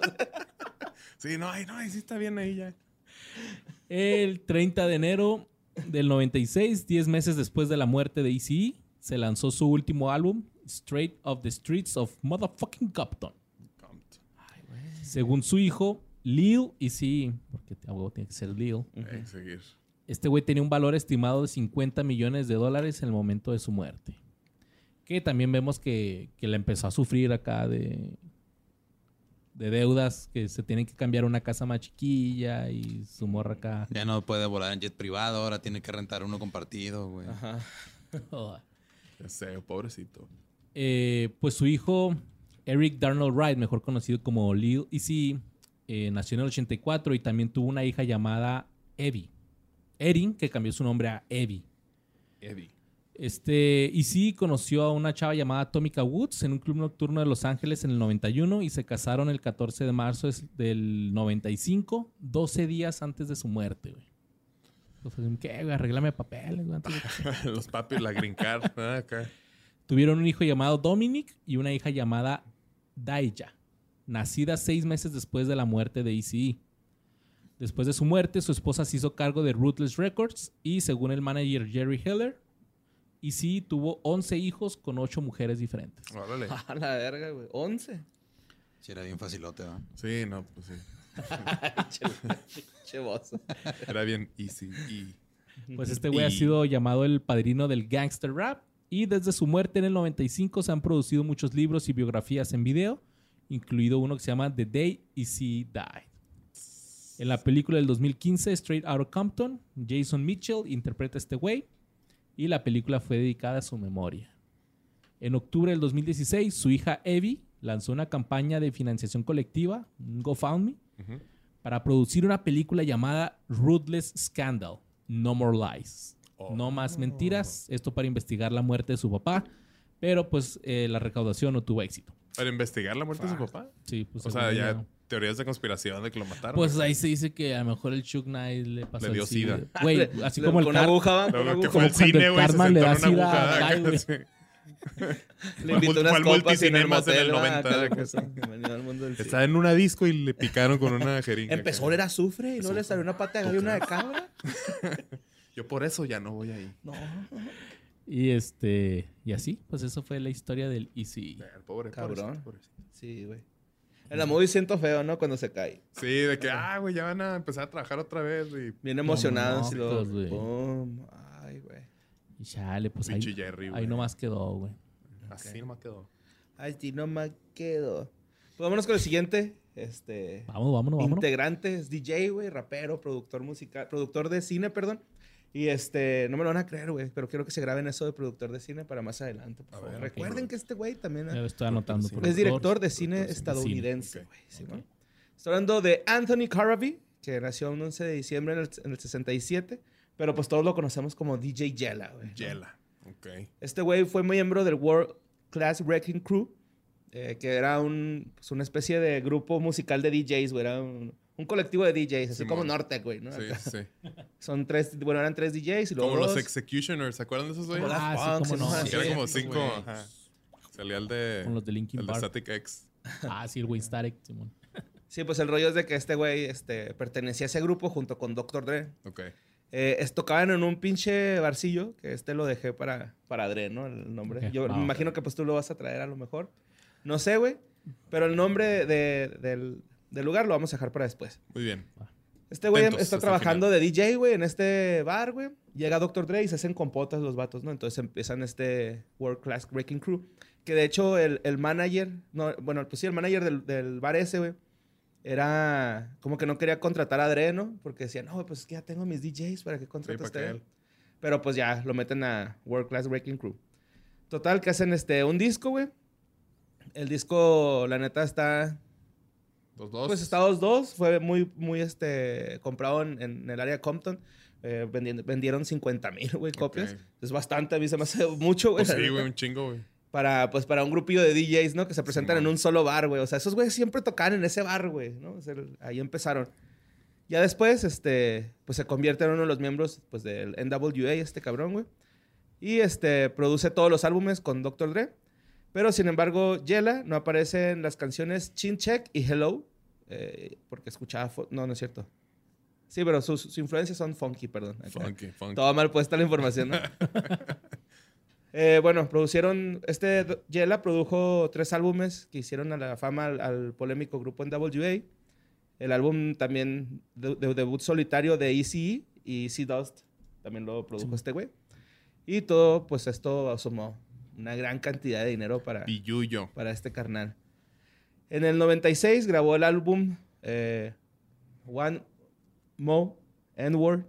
S5: Sí, no, ay, no, ahí sí está bien ahí ya.
S2: El 30 de enero del 96, 10 meses después de la muerte de ECE, se lanzó su último álbum, Straight of the Streets of Motherfucking Compton. Según su hijo, Lil ECE, porque a huevo tiene que ser Lil,
S5: Hay que seguir.
S2: este güey tenía un valor estimado de 50 millones de dólares en el momento de su muerte. Que también vemos que, que la empezó a sufrir acá de, de deudas, que se tienen que cambiar una casa más chiquilla y su morra acá.
S6: Ya no puede volar en jet privado, ahora tiene que rentar uno compartido, güey.
S3: Ajá.
S5: Ya sé, pobrecito.
S2: Eh, pues su hijo, Eric Darnell Wright, mejor conocido como Lil Easy, eh, nació en el 84 y también tuvo una hija llamada Evie. Erin, que cambió su nombre a Evie.
S5: Eddie.
S2: Este, Easy conoció a una chava llamada Atomica Woods en un club nocturno de Los Ángeles en el 91 y se casaron el 14 de marzo es- del 95, 12 días antes de su muerte, güey. Entonces, ¿qué, güey? Arreglame papeles, güey, antes de-
S5: Los papis, la green card, ¿verdad? Acá.
S2: Tuvieron un hijo llamado Dominic y una hija llamada Daija, nacida seis meses después de la muerte de ECE. Después de su muerte, su esposa se hizo cargo de Ruthless Records y, según el manager Jerry Heller, ECE tuvo 11 hijos con ocho mujeres diferentes.
S5: Órale.
S3: A la verga, güey. 11.
S6: Sí, era bien facilote, ¿no?
S5: Sí, no, pues sí.
S3: Che vos.
S5: Era bien easy. Y...
S2: Pues este güey ha
S5: Y-
S2: sido llamado el padrino del gangster rap y desde su muerte en el 95 se han producido muchos libros y biografías en video, incluido uno que se llama The Day Easy Died. En la película del 2015, Straight Outta Compton, Jason Mitchell interpreta a este güey y la película fue dedicada a su memoria. En octubre del 2016, su hija Evie lanzó una campaña de financiación colectiva, un GoFundMe,
S5: Ujú.
S2: para producir una película llamada Ruthless Scandal, No More Lies.
S5: Oh.
S2: No más mentiras, esto para investigar la muerte de su papá, pero pues eh, la recaudación no tuvo éxito.
S5: Para investigar la muerte de su papá.
S2: Sí, pues,
S5: O sea,
S2: según
S5: ya
S2: ella-
S5: teorías de conspiración de que lo mataron.
S2: Pues ahí se dice que a lo mejor el Chuck Knight le pasó
S5: Le dio
S2: el SIDA.
S5: sida.
S2: Güey,
S3: Le-
S2: así
S3: le-
S2: como el
S3: con una
S2: Car-
S3: aguja, va, con
S5: Lo
S3: una
S5: que
S3: aguja.
S5: fue al
S2: ah, como cuando
S5: cine,
S2: el
S5: güey, se
S2: Cartman
S5: sentó
S2: le
S5: en
S2: da
S5: una
S2: sida a
S5: aguja.
S2: Guy, güey.
S5: Sí.
S3: Le invitó unas
S5: ¿Cuál
S3: copas y en el
S5: multicinemas en el
S3: motel. ah,
S5: 90?
S3: claro que sí, bienvenido al mundo del
S5: Estaba en una disco y le picaron con una
S3: cine.
S5: jeringa.
S3: Empezó a oler azufre y no le salió una pata de gallo y una de cabra.
S5: Yo por eso ya no voy ahí.
S3: No,
S2: Y este, y así, pues eso fue la historia del Easy.
S5: El pobre,
S3: Cabrón.
S5: pobrecito, pobrecito.
S3: sí, güey. En la movie siento feo, ¿no? Cuando se cae.
S5: Sí, de que, ah, güey, ya van a empezar a trabajar otra vez. Y
S3: Bien emocionado. así
S2: mames,
S3: luego,
S2: güey.
S3: pum, Ay, güey.
S2: Y chale, pues ahí,
S5: Pinche Jerry, güey.
S2: ahí nomás quedó, güey.
S5: así nomás quedó.
S3: Así no me quedo. Pues vámonos con el siguiente. Este.
S2: Vámonos, vámonos, vámonos.
S3: integrante, es DJ, güey, rapero, productor musical, productor de cine, perdón. Y este, no me lo van a creer, güey, pero quiero que se graben eso de productor de cine para más adelante, por favor.
S5: ver,
S3: Recuerden que este güey también
S2: Ya lo estoy anotando.
S3: es
S2: productor,
S3: director de cine
S2: productor,
S3: estadounidense,
S5: cine,
S3: güey. ¿sí, no? Estoy hablando de Anthony Carraby, que nació el 11 de diciembre en el, en el 67, pero pues todos lo conocemos como DJ Yella, güey. ¿no?
S5: Yela. Ok.
S3: Este güey fue miembro del World Class Wrecking Crew, eh, que era un, pues, una especie de grupo musical de DJs, güey. Era un, un colectivo de DJs, así
S5: Simón.
S3: como Nortec, güey, ¿no?
S5: Sí,
S3: Acá.
S5: sí.
S3: Son tres, bueno, eran tres DJs y luego
S5: Como los
S3: dos.
S5: Executioners, ¿se acuerdan de esos güeyes?
S3: Como
S2: Ah, sí,
S3: Daft
S2: cómo
S3: Punk,
S2: no.
S3: sí,
S5: Que eran
S3: sí,
S5: como
S3: sí,
S5: cinco.
S3: güey.
S5: ajá. Salía el de.
S2: Con los de Linkin
S5: El de
S2: Park.
S5: Static X.
S2: Ah, sí, el güey Starek, Simón.
S3: Sí, pues el rollo es de que este güey este, pertenecía a ese grupo junto con Dr. Dre.
S5: Ok.
S3: Eh, es- tocaban en un pinche barcillo, que este lo dejé para, para Dre, ¿no? El nombre.
S2: Ok,
S3: Yo
S2: va,
S3: me
S2: ok.
S3: imagino que pues tú lo vas a traer a lo mejor. No sé, güey. Pero el nombre de- del, del lugar lo vamos a dejar para después.
S5: Muy bien.
S2: Ah.
S3: Este güey
S5: Atentos
S3: está
S5: hasta el
S3: trabajando de DJ, güey, en este bar, güey. Llega Dr. Dre y se hacen compotas los vatos, ¿no? Entonces empiezan este World Class Breaking Crew. Que de hecho el, el manager, no, bueno, pues sí, el manager del, del bar ese, güey, era como que no quería contratar a Dre, ¿no? Porque decía, no, güey, pues es que ya tengo mis DJs, ¿para qué
S5: Sí,
S3: contratas
S5: para
S3: este
S5: que
S3: güey?"
S5: él.
S3: Pero pues ya lo meten a World Class Breaking Crew. Total, que hacen este, un disco, güey. El disco, la neta, está
S5: Los dos.
S3: pues Estados 2 fue muy, muy este, comprado en, en el área de Compton. Eh, vendiendo- vendieron 50 mil, güey, copias.
S5: Ok.
S3: Es bastante, a mí se me hace mucho, güey.
S5: Pues sí, güey, un chingo, güey.
S3: Para, pues, para un grupillo de DJs, ¿no? Que se presentan en
S5: Simón.
S3: un solo bar, güey. O sea, esos güeyes siempre tocaban en ese bar, güey, ¿no? O sea, el- ahí empezaron. Ya después, este, pues se convierte en uno de los miembros, pues, del NWA, este cabrón, güey. Y, este, produce todos los álbumes con Dr. Dre. Pero, sin embargo, Yela no aparece en las canciones Chin Check y Hello. eh, porque escuchaba... fo- No, no es cierto. Sí, pero sus, sus influencias son funky, perdón. Acá.
S5: Funky, funky.
S3: Toda mal puesta la información, ¿no? Eh, bueno, producieron. Este do- Yela produjo tres álbumes que hicieron a la fama al, al polémico grupo NWA. El álbum también de, de debut solitario de ECE y Sea Dust también lo produjo este güey. Y todo, pues esto sumó una gran cantidad de dinero para,
S5: Pilluyo.
S3: para este carnal. En el 96 grabó el álbum eh, One Mo N-Word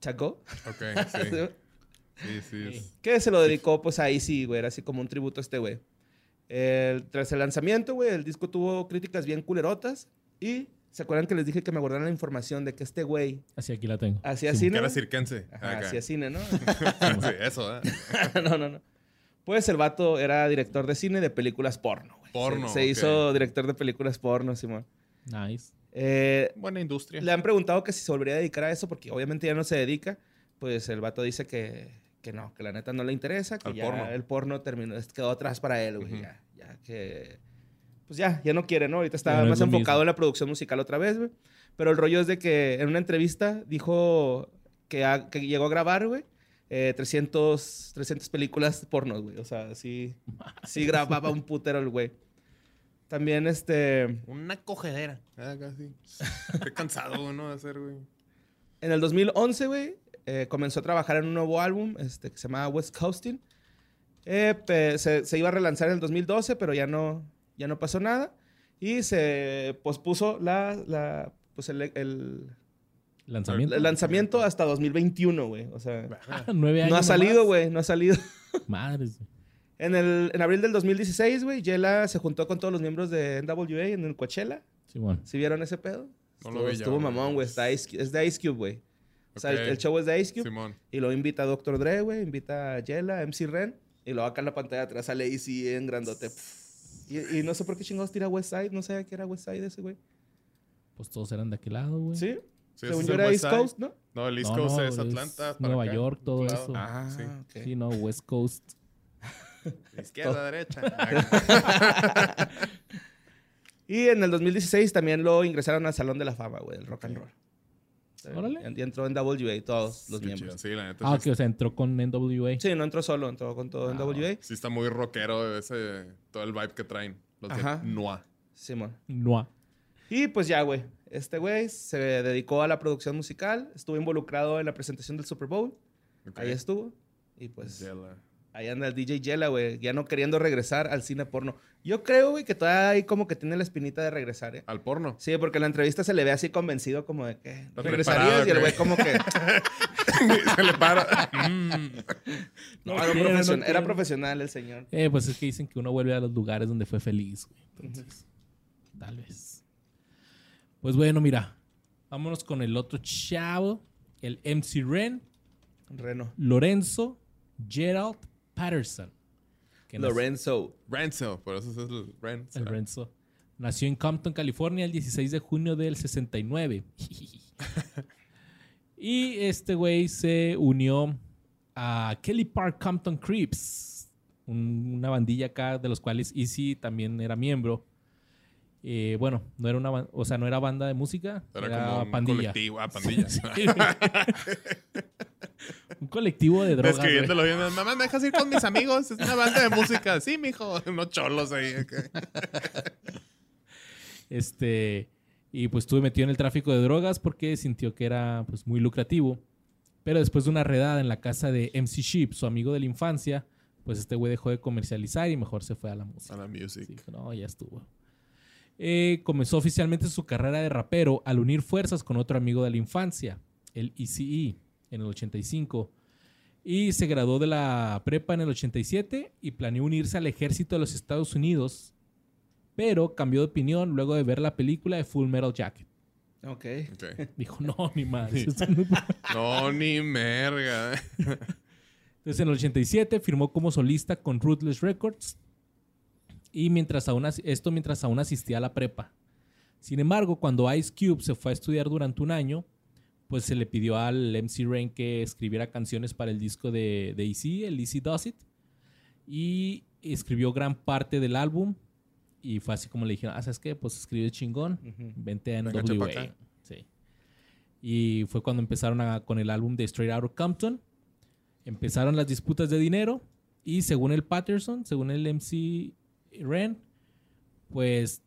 S3: Chaco.
S5: Ok, sí. Sí, sí. es-
S3: que se lo dedicó pues ahí sí, güey, era así como un tributo a este güey. El- tras el lanzamiento, güey, el disco tuvo críticas bien culerotas y ¿se acuerdan que les dije que me guardaron la información de que este güey
S2: Así aquí la tengo.
S3: hacía
S5: Que
S3: cine?
S5: era cirquense.
S3: Ajá,
S5: Acá.
S3: hacía cine, ¿no?
S5: Sí, eso, ¿eh?
S3: no, no, no. Pues el vato era director de cine de películas porno, güey. Se-
S5: Porno,
S3: Se,
S5: ok.
S3: hizo director de películas porno, Simón.
S2: Nice.
S3: Eh,
S5: Buena industria.
S3: le han preguntado que si se volvería a dedicar a eso porque obviamente ya no se dedica. Pues el vato dice que, que no, que la neta no le interesa, que
S5: Al
S3: ya
S5: porno.
S3: el porno terminó, es- quedó atrás para él, güey.
S5: Ujú.
S3: ya, ya que... Pues ya, ya no quiere, ¿no? Ahorita
S2: Ya
S3: está
S2: no es
S3: más
S2: lo
S3: enfocado
S2: mismo.
S3: en la producción musical otra vez, güey. Pero el rollo es de que en una entrevista dijo que, ha- que llegó a grabar, güey, eh, 300, 300 películas pornos, güey. O sea, sí, sí grababa un putero el güey. También este...
S4: Una cogedera.
S5: Ah, casi. Estoy cansado, ¿no? De hacer, güey.
S3: En el 2011, güey, eh, comenzó a trabajar en un nuevo álbum este, que se llamaba West Coasting. Eh, pe- se, se iba a relanzar en el 2012, pero ya no, ya no pasó nada. Y se pospuso la, la, pues el, el-
S2: Lanzamiento.
S3: el lanzamiento hasta 2021, güey. O sea,
S2: Ah, nueve años.
S3: no ha
S2: nomás.
S3: salido, güey, no ha salido.
S2: Madres. güey.
S3: En, el, en abril del 2016, güey, Yela se juntó con todos los miembros de NWA en el Coachella.
S2: Simón.
S3: ¿Sí vieron ese pedo?
S5: No lo
S3: estuvo
S5: vi yo,
S3: estuvo
S5: güey.
S3: mamón, güey. está Ice Cube- Es de Ice Cube, güey. O sea, el-
S5: Ok.
S3: el show es de Ice Cube.
S5: Simón.
S3: Y lo invita a Dr. Dre, güey, invita a Yela, MC Ren. Y luego acá en la pantalla de atrás sale Easy en grandote. Y, y no sé por qué chingados tira West Side. No sabía que era West Side ese, güey.
S2: Pues todos eran de aquel lado, güey.
S3: ¿Sí?
S5: Sí, ese
S3: Según
S5: es
S3: yo
S5: el
S3: era
S5: West
S3: East
S5: Side.
S3: Coast, ¿no?
S5: No, el East
S2: No,
S5: Coast
S2: no,
S5: es
S2: es
S5: Atlanta. para
S2: Nueva
S5: acá,
S3: Ah.
S2: York, todo
S5: otro lado.
S2: eso.
S5: Ah, sí.
S3: ok.
S2: Sí, no, West Coast.
S5: Izquierda, derecha.
S3: Y en el 2016 también lo ingresaron al Salón de la Fama, güey, del rock and roll.
S2: Órale.
S3: Y entró en WA todos los
S5: Qué chido.
S3: miembros.
S5: Sí, la neta.
S2: Ah,
S5: sí,
S2: ok, o sea, entró con NWA.
S3: Sí, no entró solo, entró con todo en
S5: Ah,
S3: WA.
S5: sí está muy rockero ese, todo el vibe que traen. Los
S3: Ajá.
S5: de Noa.
S3: Simón.
S2: Noa.
S3: Y pues ya, güey. Este güey se dedicó a la producción musical, estuvo involucrado en la presentación del Super Bowl. Ahí estuvo. Y pues ahí anda el DJ Yela, güey, ya no queriendo regresar al cine porno. Yo creo, güey, que todavía ahí como que tiene la espinita de regresar, ¿eh?
S5: Al porno.
S3: Sí, porque en la entrevista se le ve así convencido como de que
S5: Está
S3: regresarías
S5: preparado,
S3: y el güey
S5: güey.
S3: como que...
S5: Se le para. Mm.
S3: No, era, un
S2: quiero, no
S3: profesion- era
S2: quiero.
S3: profesional el señor.
S2: Eh, pues es que dicen que uno vuelve a los lugares donde fue feliz, güey. Entonces, tal vez. Pues bueno, mira. Vámonos con el otro chavo. El MC Ren,
S3: Reno.
S2: Lorenzo Gerald Patterson. que nació-
S3: Lorenzo.
S5: Renzo, por eso es el Renzo.
S2: El Renzo. Nació en Compton, California, el 16 de junio del 69. y este güey se unió a Kelly Park Compton Creeps, un- una bandilla acá de los cuales Easy también era miembro. Eh, bueno, no era una, ban- o sea, no era banda de música, era,
S5: Era, como un
S2: pandilla.
S5: colectivo. Ah, pandilla.
S2: Sí, güey. un colectivo de drogas. güey.
S5: Describiéndolo bien. Mamá, ¿me dejas ir con mis amigos? Es una banda de música. Sí, mijo. Unos cholos ahí. acá.
S2: Este, y pues estuve metido en el tráfico de drogas porque sintió que era pues, muy lucrativo. Pero después de una redada en la casa de MC Sheep, su amigo de la infancia, pues este güey dejó de comercializar y mejor se fue a la música.
S5: A la music.
S2: Sí, no, ya estuvo. Eh, comenzó oficialmente su carrera de rapero al unir fuerzas con otro amigo de la infancia, el ECE, en el 85. Y se graduó de la prepa en el 87 y planeó unirse al ejército de los Estados Unidos, pero cambió de opinión luego de ver la película de Full Metal Jacket.
S3: Ok.
S5: Ok.
S2: Dijo, no, ni madre. eso no es-
S5: No, ni merga.
S2: Entonces en el 87 firmó como solista con Ruthless Records y mientras aún as- esto mientras aún asistía a la prepa. Sin embargo, cuando Ice Cube se fue a estudiar durante un año, pues se le pidió al MC Rain que escribiera canciones para el disco de, de Easy, el Easy Does It, y escribió gran parte del álbum y fue así como le dijeron, ah, ¿sabes qué? Pues escribe chingón,
S3: Ujú.
S2: vente a
S5: Venga, chepa
S2: NWA.
S5: acá.
S2: Sí. Y fue cuando empezaron a- con el álbum de Straight Outta Compton. Empezaron las disputas de dinero y según el Patterson, según el MC Ren, pues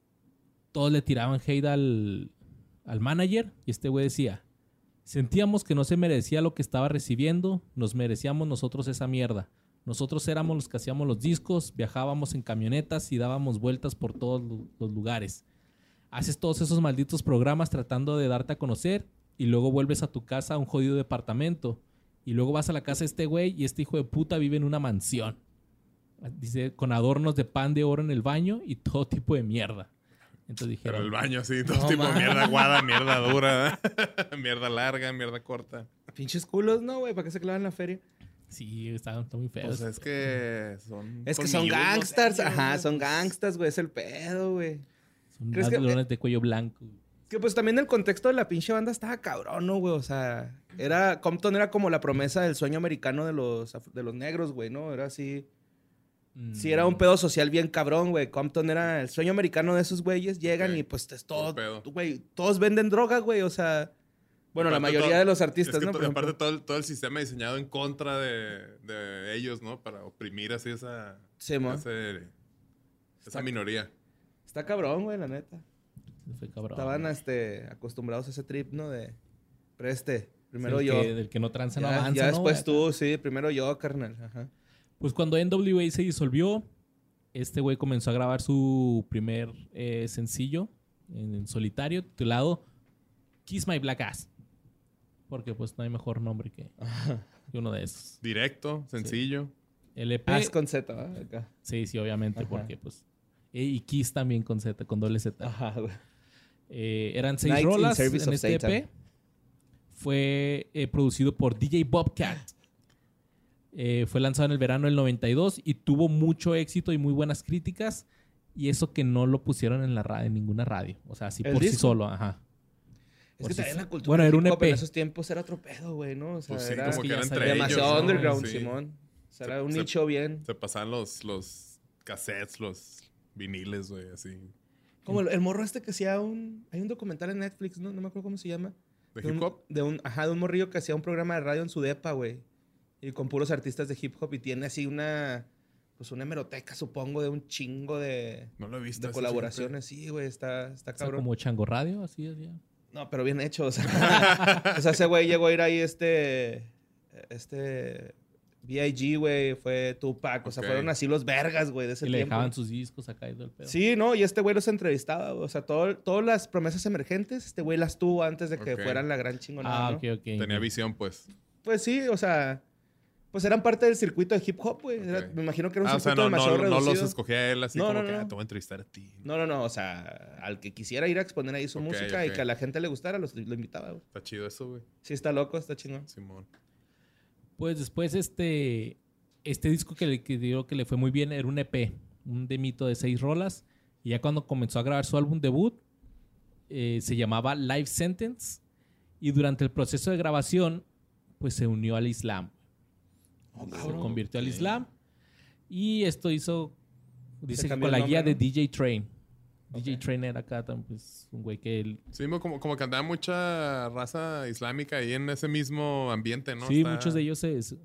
S2: todos le tiraban hate al, al manager y este güey decía, sentíamos que no se merecía lo que estaba recibiendo, nos merecíamos nosotros esa mierda. Nosotros éramos los que hacíamos los discos, viajábamos en camionetas y dábamos vueltas por todos lu- los lugares. Haces todos esos malditos programas tratando de darte a conocer y luego vuelves a tu casa a un jodido departamento. Y luego vas a la casa de este güey y este hijo de puta vive en una mansión. Dice, con adornos de pan de oro en el baño y todo tipo de mierda. Entonces
S5: Pero
S2: dijeron,
S5: el baño así, todo tipo de mierda aguada, mierda dura, mierda larga, mierda corta.
S3: Pinches culos, ¿no, güey? ¿Para qué se clavan la feria?
S2: sí, está, está muy feo.
S5: Pues es que son.
S3: Es que son
S5: colmilludos, no sé,
S3: gangsters.
S5: yo no
S3: Ajá,
S5: sé.
S3: son gangsters, güey. Es el pedo, güey.
S2: Son
S3: ¿Crees
S2: más
S3: que- eh,
S2: ladrones de cuello blanco.
S3: Que pues también el contexto de la pinche banda estaba cabrón, ¿no, güey? O sea, era... Compton era como la promesa del sueño americano de los, af- de los negros, güey, ¿no? Era así...
S2: Mm,
S3: Sí, era
S5: Mm.
S3: un pedo social bien cabrón, güey. Compton era el sueño americano de esos güeyes. Llegan
S5: Ok.
S3: y pues es todo...
S5: Puro pedo.
S3: Güey, todos venden droga, güey. O sea... Bueno, la
S5: Aparte
S3: mayoría
S5: todo-
S3: de los
S5: es
S3: artistas,
S5: que
S3: ¿no?
S5: to-
S3: Por ejemplo.
S5: aparte, todo el, todo el sistema diseñado en contra de, de ellos, ¿no? Para oprimir así esa.
S3: Sí, mo.
S5: ese- esa minoría.
S3: Está cabrón, güey, la neta.
S2: Fue cabrón.
S3: Estaban este, acostumbrados a ese trip, ¿no? De preste, primero
S2: Sí, el
S3: yo.
S2: Que, del que no tranza no
S3: ya,
S2: avanza.
S3: ya
S2: ¿no?
S3: después
S2: Acá.
S3: tú, sí, primero yo, carnal. Ajá.
S2: Pues cuando NWA se disolvió, este güey comenzó a grabar su primer eh, sencillo en, en solitario titulado Kiss My Black Ass. Porque pues no hay mejor nombre que, que uno de esos.
S5: Directo, sencillo.
S2: El EP,
S3: Haz Ah, con Z, ¿va? Acá.
S2: sí, sí, obviamente,
S3: Ajá.
S2: porque pues... eh, Y Kiss también con Z, con doble Z.
S3: Ajá, güey.
S2: Eh, eran seis
S3: Nights in
S2: rolas
S3: Service
S2: en
S3: of
S2: este
S3: Satan.
S2: EP. Fue eh, producido por DJ Bobcat. Eh, fue lanzado en el verano del 92 y tuvo mucho éxito y muy buenas críticas. Y eso que no lo pusieron en la ra- en ninguna radio. O sea, así
S3: ¿El
S2: por sí
S3: disco?
S2: solo, ajá.
S3: Es
S2: Por
S3: que
S2: si-
S3: también la cultura
S2: bueno, era
S3: del
S2: un E
S3: hip hop
S2: EP.
S3: En esos tiempos era otro pedo, güey, ¿no? O sea,
S5: Pues sí,
S3: era
S5: como
S2: que
S5: que
S2: ya
S5: era
S2: sabía
S5: entre ellos.
S3: demasiado
S2: ¿no?
S3: underground,
S5: Sí.
S3: Simón. Será un
S5: se-
S3: nicho bien.
S5: Se pasaban los, los cassettes, los viniles, güey, así.
S3: Como el, el morro este que hacía un... Hay un documental en Netflix, ¿no? No me acuerdo cómo se llama.
S5: ¿De
S3: un-
S5: hip hop?
S3: De un, ajá, de un morrillo que hacía un programa de radio en su depa, güey. Y con puros artistas de hip hop. Y tiene así una... Pues una hemeroteca, supongo, de un chingo de...
S5: No lo he visto.
S3: De
S5: ese
S3: colaboraciones, sí, güey, está, está
S2: O sea,
S3: cabrón.
S2: como Chango Radio, así, así.
S3: No, pero bien hecho, o sea. o sea, ese güey llegó a ir ahí este. Este. B.I.G., güey, fue Tupac. O sea,
S5: Ok.
S3: fueron así los vergas, güey, de ese
S2: Y le
S3: tiempo.
S2: dejaban sus discos acá y todo el pedo.
S3: Sí, no, y este güey los entrevistaba, güey. o sea, todo- todas las promesas emergentes, este güey las tuvo antes de que
S5: Ok.
S3: fueran la gran chingonada.
S2: Ah,
S3: ¿no?
S2: ok, ok.
S5: siempre. Tenía visión, pues.
S3: Pues sí, o sea, pues eran parte del circuito de hip hop, güey. Era-
S5: Ok.
S3: Me imagino que era un
S5: Ah, o
S3: circuito
S5: sea, no,
S3: demasiado
S5: no, no los
S3: reducido.
S5: escogía él así
S3: No,
S5: como
S3: no,
S5: que,
S3: no.
S5: ah, te voy a entrevistar a ti.
S3: No, no, no, o sea, al que quisiera ir a exponer ahí su
S5: Ok,
S3: música y
S5: ok.
S3: que a la gente le gustara, los, lo invitaba, güey.
S5: Está chido eso, güey.
S3: Sí, está loco, está chingón.
S5: Simón.
S2: Pues después este, este disco que le que digo que le fue muy bien era un EP, un demito de seis rolas. Y ya cuando comenzó a grabar su álbum debut, eh, se llamaba Life Sentence. Y durante el proceso de grabación, pues se unió al Islam. se convirtió al Islam. Y esto hizo, dice que
S3: cambió
S2: con
S3: el
S2: la guía
S3: nombre,
S2: de
S3: ¿no?
S2: DJ Train. DJ Train era acá también, pues, un güey que él
S5: Sí, mo- como, como que andaba mucha raza islámica ahí en ese mismo ambiente, ¿no?
S2: sí,
S5: Está-
S2: muchos de ellos es.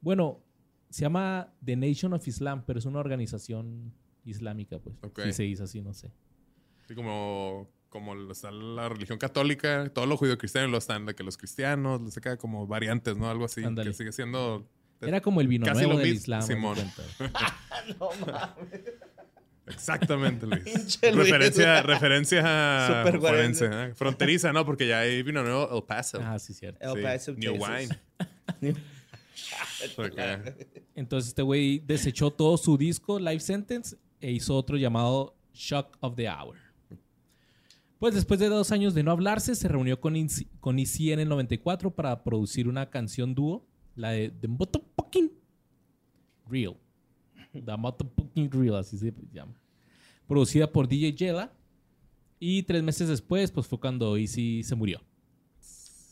S2: Bueno, se llama The Nation of Islam, pero es una organización islámica, pues.
S5: Ok.
S2: Si se dice así, no sé.
S5: Sí, como, como lo- está la religión católica, todos los judio-cristianos lo están, de que los cristianos, los acá como variantes, ¿no? Algo así,
S2: Ándale.
S5: que sigue siendo...
S2: Era como el vino
S5: Casi
S2: nuevo
S5: lo
S2: del
S5: mismo,
S2: Islam. haz de
S5: Simón.
S2: cuenta.
S5: Exactamente, Luis.
S3: Pinche Luis.
S5: referencia, referencia
S3: Súper
S5: forense, ¿eh? fronteriza, ¿no? Porque ya ahí vino nuevo El Paso.
S2: Ah, sí, cierto.
S3: El
S5: Sí,
S3: Paso,
S5: New
S3: Texas.
S5: Wine. Acá.
S2: Entonces este güey desechó todo su disco, Life Sentence, e hizo otro llamado Shock of the Hour. Pues después de dos años de no hablarse, se reunió con, Inci- con IC en el 94 para producir una canción dúo, la de The Motherfucking Real. The Motherfucking Real, así se llama. Producida por DJ Jella. Y tres meses después, pues fue cuando Easy se murió.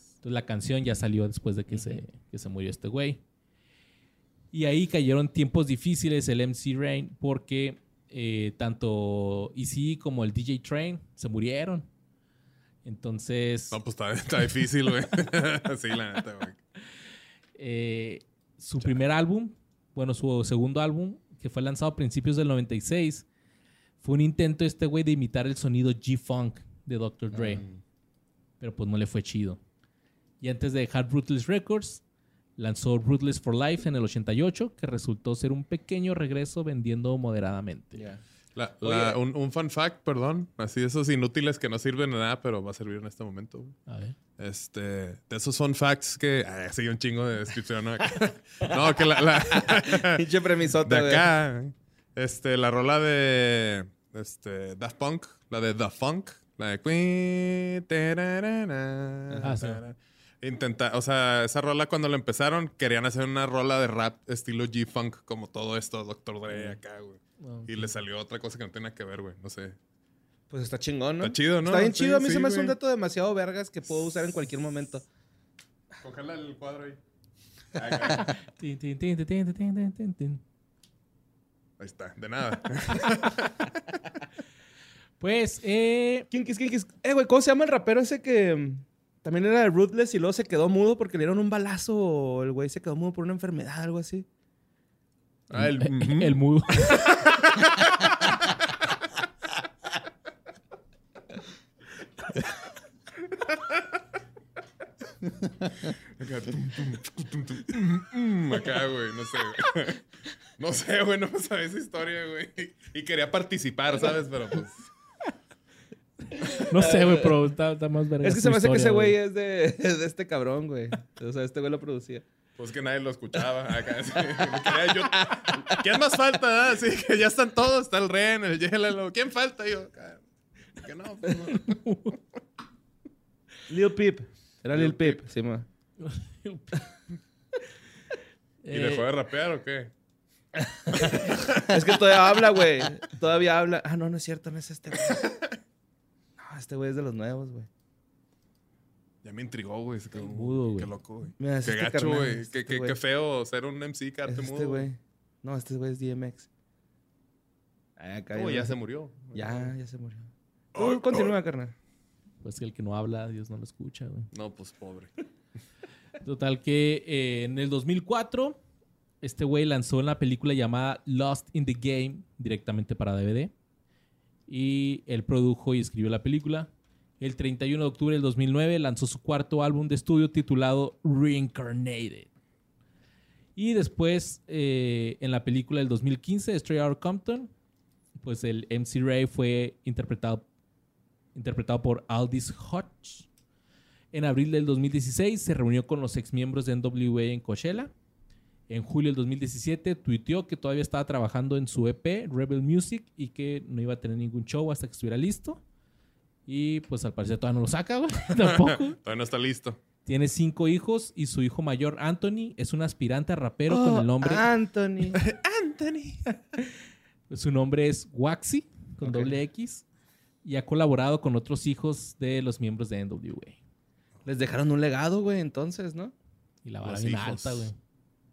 S2: Entonces la canción ya salió después de que, se, que se murió este güey. Y ahí cayeron tiempos difíciles el MC Rain porque eh, tanto Easy como el DJ Train se murieron. Entonces
S5: No, pues está, está difícil, güey. sí, la neta, güey.
S2: eh, su primer álbum, bueno, su segundo álbum, que fue lanzado a principios del 96, fue un intento este güey de imitar el sonido G-Funk de Dr. Dre.
S3: Ah.
S2: Pero pues no le fue chido. Y antes de dejar Ruthless Records, lanzó Ruthless for Life en el 88, que resultó ser un pequeño regreso vendiendo moderadamente.
S5: La- la- un, un fun fact, perdón. Así, esos inútiles que no sirven de nada, pero va a servir en este momento. güey.
S2: A ver.
S5: Este, de esos fun facts que. Ah, sí, un chingo de descripción. No, No, que la- la
S3: Pinche
S5: de
S3: premisota, güey.
S5: acá. Este, la rola de este, Daft Punk, la de The Funk, la de Queen. tararara,
S2: Ah, sí.
S5: tarara. Intenta, o sea, esa rola cuando la empezaron, querían hacer una rola de rap estilo G-Funk, como todo esto, Dr. Dre acá, güey.
S2: Ah,
S5: Y le salió otra cosa que no tenía que ver, güey. No sé.
S3: Pues está chingón, ¿no?
S5: Está chido, ¿no?
S3: Está bien
S5: Sí,
S3: chido. A mí
S5: sí,
S3: se me hace un
S5: güey.
S3: dato demasiado vergas que puedo usar en cualquier momento.
S5: Cógela el cuadro ahí.
S2: Tin, tin, tin, tin, tin, tin, tin, tin, tin.
S5: Ahí está, de nada.
S2: Pues, eh,
S3: Kinkis, kinkis. Eh, güey, ¿cómo se llama el rapero ese que mm, también era de Ruthless y luego se quedó mudo porque le dieron un balazo o el güey se quedó mudo por una enfermedad, algo así?
S5: Ah, el,
S2: el mudo.
S5: Acá, tum, tum, tucu, tum, tum, mm, mm, acá, güey, no sé. güey. No sé, güey, no me sabía esa historia, güey. Y quería participar, ¿sabes? Pero pues.
S2: No sé, güey, pero está, está más verga
S3: es que
S2: su
S3: se me hace que
S2: historia,
S3: ese güey es de, de este cabrón, güey. O sea, este güey lo producía.
S5: Pues que nadie lo escuchaba. Acá, sí. Quería yo- ¿Quién más falta? Así que ya están todos. Está el Ren, el Yelalo. ¿Quién falta? Y Yo, acá, que no, pues, no.
S3: Lil Peep. Era Lil, Peep. Sí, ma.
S5: ¿Y
S2: Eh,
S5: dejó de rapear o qué?
S3: Es que todavía habla, güey. Todavía habla. Ah, no, no es cierto, no es este güey. No, este güey es de los nuevos, güey.
S5: Ya me intrigó, güey. Se quedó-
S2: mudo, güey.
S5: Qué loco, güey.
S3: Mira, es
S5: Qué
S3: este
S5: gacho,
S3: carnal,
S5: güey.
S3: es
S5: Qué-
S3: este
S5: qué,
S3: güey.
S5: qué feo ser un MC
S3: Es
S5: quedarte
S3: este
S5: mudo.
S3: güey. No, este güey es DMX. Ah, acá
S5: Oh,
S3: ya
S5: ya
S3: no
S5: se
S3: sé.
S5: murió.
S3: Ya, ya se murió. Tú continúa, carnal.
S2: Pues que el que no habla, Dios no lo escucha, güey.
S5: No, pues pobre.
S2: Total que eh, en el 2004 este güey lanzó una película llamada Lost in the Game directamente para DVD y él produjo y escribió la película. El 31 de octubre del 2009 lanzó su cuarto álbum de estudio titulado Reincarnated. Y después eh, en la película del 2015, Straight Outta Compton, pues el MC Ray fue interpretado, interpretado por Aldis Hodge. En abril del 2016 se reunió con los exmiembros de NWA en Coachella. En julio del 2017 tuiteó que todavía estaba trabajando en su EP Rebel Music y que no iba a tener ningún show hasta que estuviera listo. Y pues al parecer todavía no lo saca, güey. Tampoco.
S5: Todavía no está listo.
S2: Tiene cinco hijos y su hijo mayor, Anthony, es un aspirante a rapero con
S3: Oh,
S2: el nombre.
S5: Ah,
S3: Anthony.
S2: Su nombre es Waxy, con doble X. Y ha colaborado con otros hijos de los miembros de NWA.
S3: Les dejaron un legado, güey, entonces, ¿no?
S2: Y la vara
S5: Los
S2: bien
S5: hijos.
S2: alta, güey.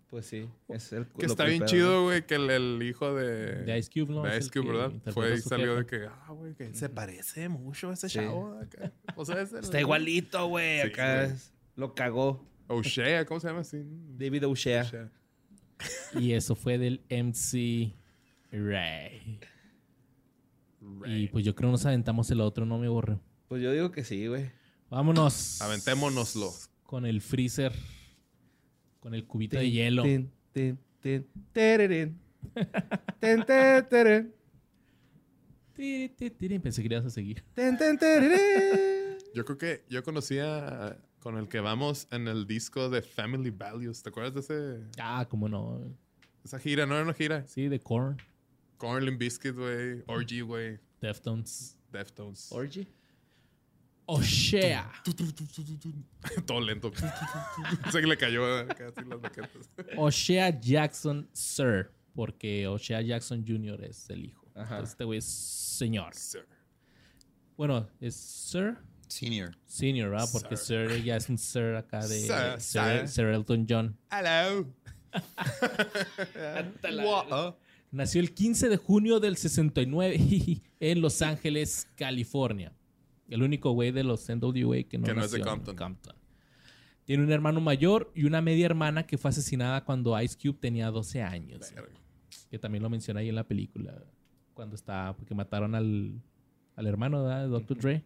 S3: Pues sí. Es el
S5: Que
S3: lo
S5: está
S3: el
S5: bien
S3: pedo,
S5: chido, güey, que el, el hijo de,
S2: De Ice Cube, ¿no?
S5: de
S2: Es
S5: Ice
S2: el
S5: Cube,
S2: que
S5: ¿verdad?
S2: interpreta
S5: Fue
S2: a
S5: y
S2: su
S5: salió de
S2: jefe.
S5: que, ah, güey, que se parece mucho a ese
S3: Sí.
S5: chavo de acá. O sea, es el...
S3: Está igualito, güey.
S5: Sí,
S3: acá
S5: güey.
S3: es- lo cagó
S5: O'Shea, ¿cómo se llama así?
S3: David O'Shea.
S5: O'Shea.
S2: Y eso fue del MC Ray. Y pues yo creo nos aventamos el otro, no me borro.
S3: Pues yo digo que sí, güey.
S2: Vámonos.
S5: Aventémonoslo.
S2: Con el freezer. Con el cubito de
S3: Tin,
S2: hielo.
S3: tin, tin, tin, tererén. Ten, ten, tererén.
S2: Tiri, tiri, tiri. Pensé que ibas a seguir.
S3: Ten, ten, tererén.
S5: Yo creo que yo conocía con el que vamos en el disco de Family Values. ¿Te acuerdas de ese,
S2: Ah, cómo no.
S5: esa gira? No era una gira.
S2: Sí, de Korn.
S5: Cornlin Biscuit, güey. Orgy, güey.
S2: Deftones.
S5: Deftones.
S3: Orgy.
S2: O'Shea.
S5: Todo lento. sé que le cayó acá así las baquetas.
S2: O'Shea Jackson Sir. Porque O'Shea Jackson Jr. es el hijo.
S3: Ajá.
S2: Entonces, este güey es señor.
S5: Sir.
S2: Bueno, es Sir.
S6: Senior.
S2: Senior, ¿verdad? Porque
S5: Sir.
S2: Sir, ya es un Sir acá de
S5: Sir,
S2: Sir,
S5: sir.
S2: Sir Elton John.
S5: Hello. oh,
S2: Nació el 15 de junio del 69 en Los Ángeles, California. El único güey de los NWA que no,
S5: Que no es de
S2: nació en
S5: Compton.
S2: Tiene un hermano mayor y una media hermana que fue asesinada cuando Ice Cube tenía 12 años.
S5: Verga.
S2: Que también lo menciona ahí en la película. Cuando está, porque mataron al, al hermano ¿verdad? de Dr. Dre.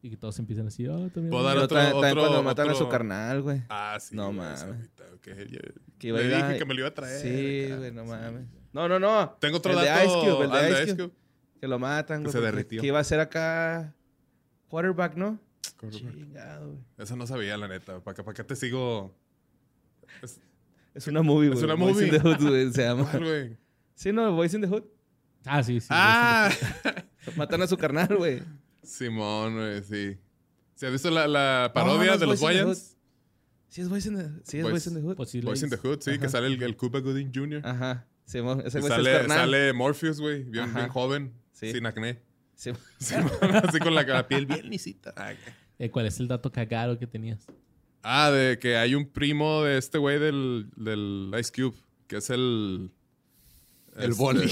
S2: Y que todos empiezan así, oh, también.
S5: Puedo dar
S3: Pero
S5: otro-
S3: ta- también
S5: otro-
S3: cuando mataron a
S5: otro-
S3: su carnal, güey.
S5: Ah, sí.
S3: No
S5: güey,
S3: mames.
S5: esa ahorita, ok, ya-
S3: Que iba a
S5: Le
S3: ir a-
S5: dije que me lo iba a traer.
S3: Sí,
S5: acá.
S3: güey, no
S5: Sí.
S3: mames. No, no, no.
S5: Tengo otro
S3: El de
S5: dato.
S3: Ice Cube, el de
S5: ah,
S3: Ice Cube. Que lo matan,
S5: Que
S3: güey.
S5: se
S3: porque-
S5: derritió.
S3: Que iba a ser acá quarterback, ¿no?
S5: Correcto.
S3: Chingado, güey.
S5: Eso no sabía, la neta. ¿Para qué, pa' qué te sigo?
S3: Es una movie,
S5: Es
S3: güey.
S5: una
S3: Boys
S5: movie.
S3: in the Hood, güey, se
S5: ¿Cuál,
S3: llama.
S5: güey?
S3: Sí, no, Boys in the Hood.
S2: Ah, sí, sí.
S5: ¡Ah!
S3: Matan a su carnal, güey.
S5: Simón, güey, sí. ¿Se has visto la, la parodia
S3: No, no es
S5: de los
S3: Boys in the
S5: Wayans?
S3: Sí, es Boys in the, sí, es
S5: Boys-
S3: Boys in the Hood.
S2: Pues sí,
S5: Boys
S2: le-
S5: in the Hood, sí, que
S3: Ajá.
S5: sale el, el Cuba Gooding Jr.
S3: Ajá. Sí, mo- ese
S5: Y
S3: güey es el
S5: sale,
S3: carnal.
S5: sale Morpheus, güey, bien,
S3: Ajá.
S5: bien joven,
S3: Sí.
S5: sin acné.
S3: Sí, mo-
S5: Simón, así con la, la piel bien lisita.
S2: Eh, ¿Cuál es el dato cagado que tenías?
S5: Ah, de que hay un primo de este güey del, del Ice Cube, que es el...
S6: El
S5: este,
S6: boli.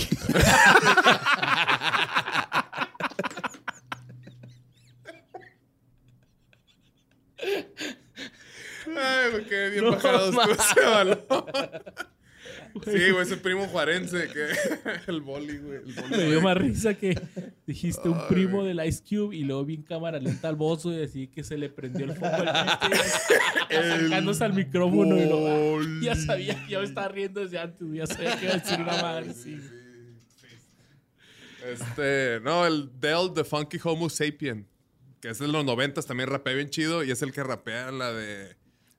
S5: Ay, me quedé bien bajado con ese balón. Sí, güey, ese primo juarense que... El boli, güey. el boli,
S2: Me dio
S5: güey.
S2: más risa que dijiste un
S5: Ay,
S2: primo
S5: güey.
S2: del Ice Cube y luego vi en cámara lenta al bozo y así que se le prendió el foco al chiste y acercándose al micrófono y lo
S5: Boli.
S2: Ya sabía, ya me estaba riendo desde antes, ya sabía que iba a decir una madre. Sí.
S5: Este, no, el Dell de Funky Homo Sapien, que es de los noventas, también rapea bien chido y es el que rapea la de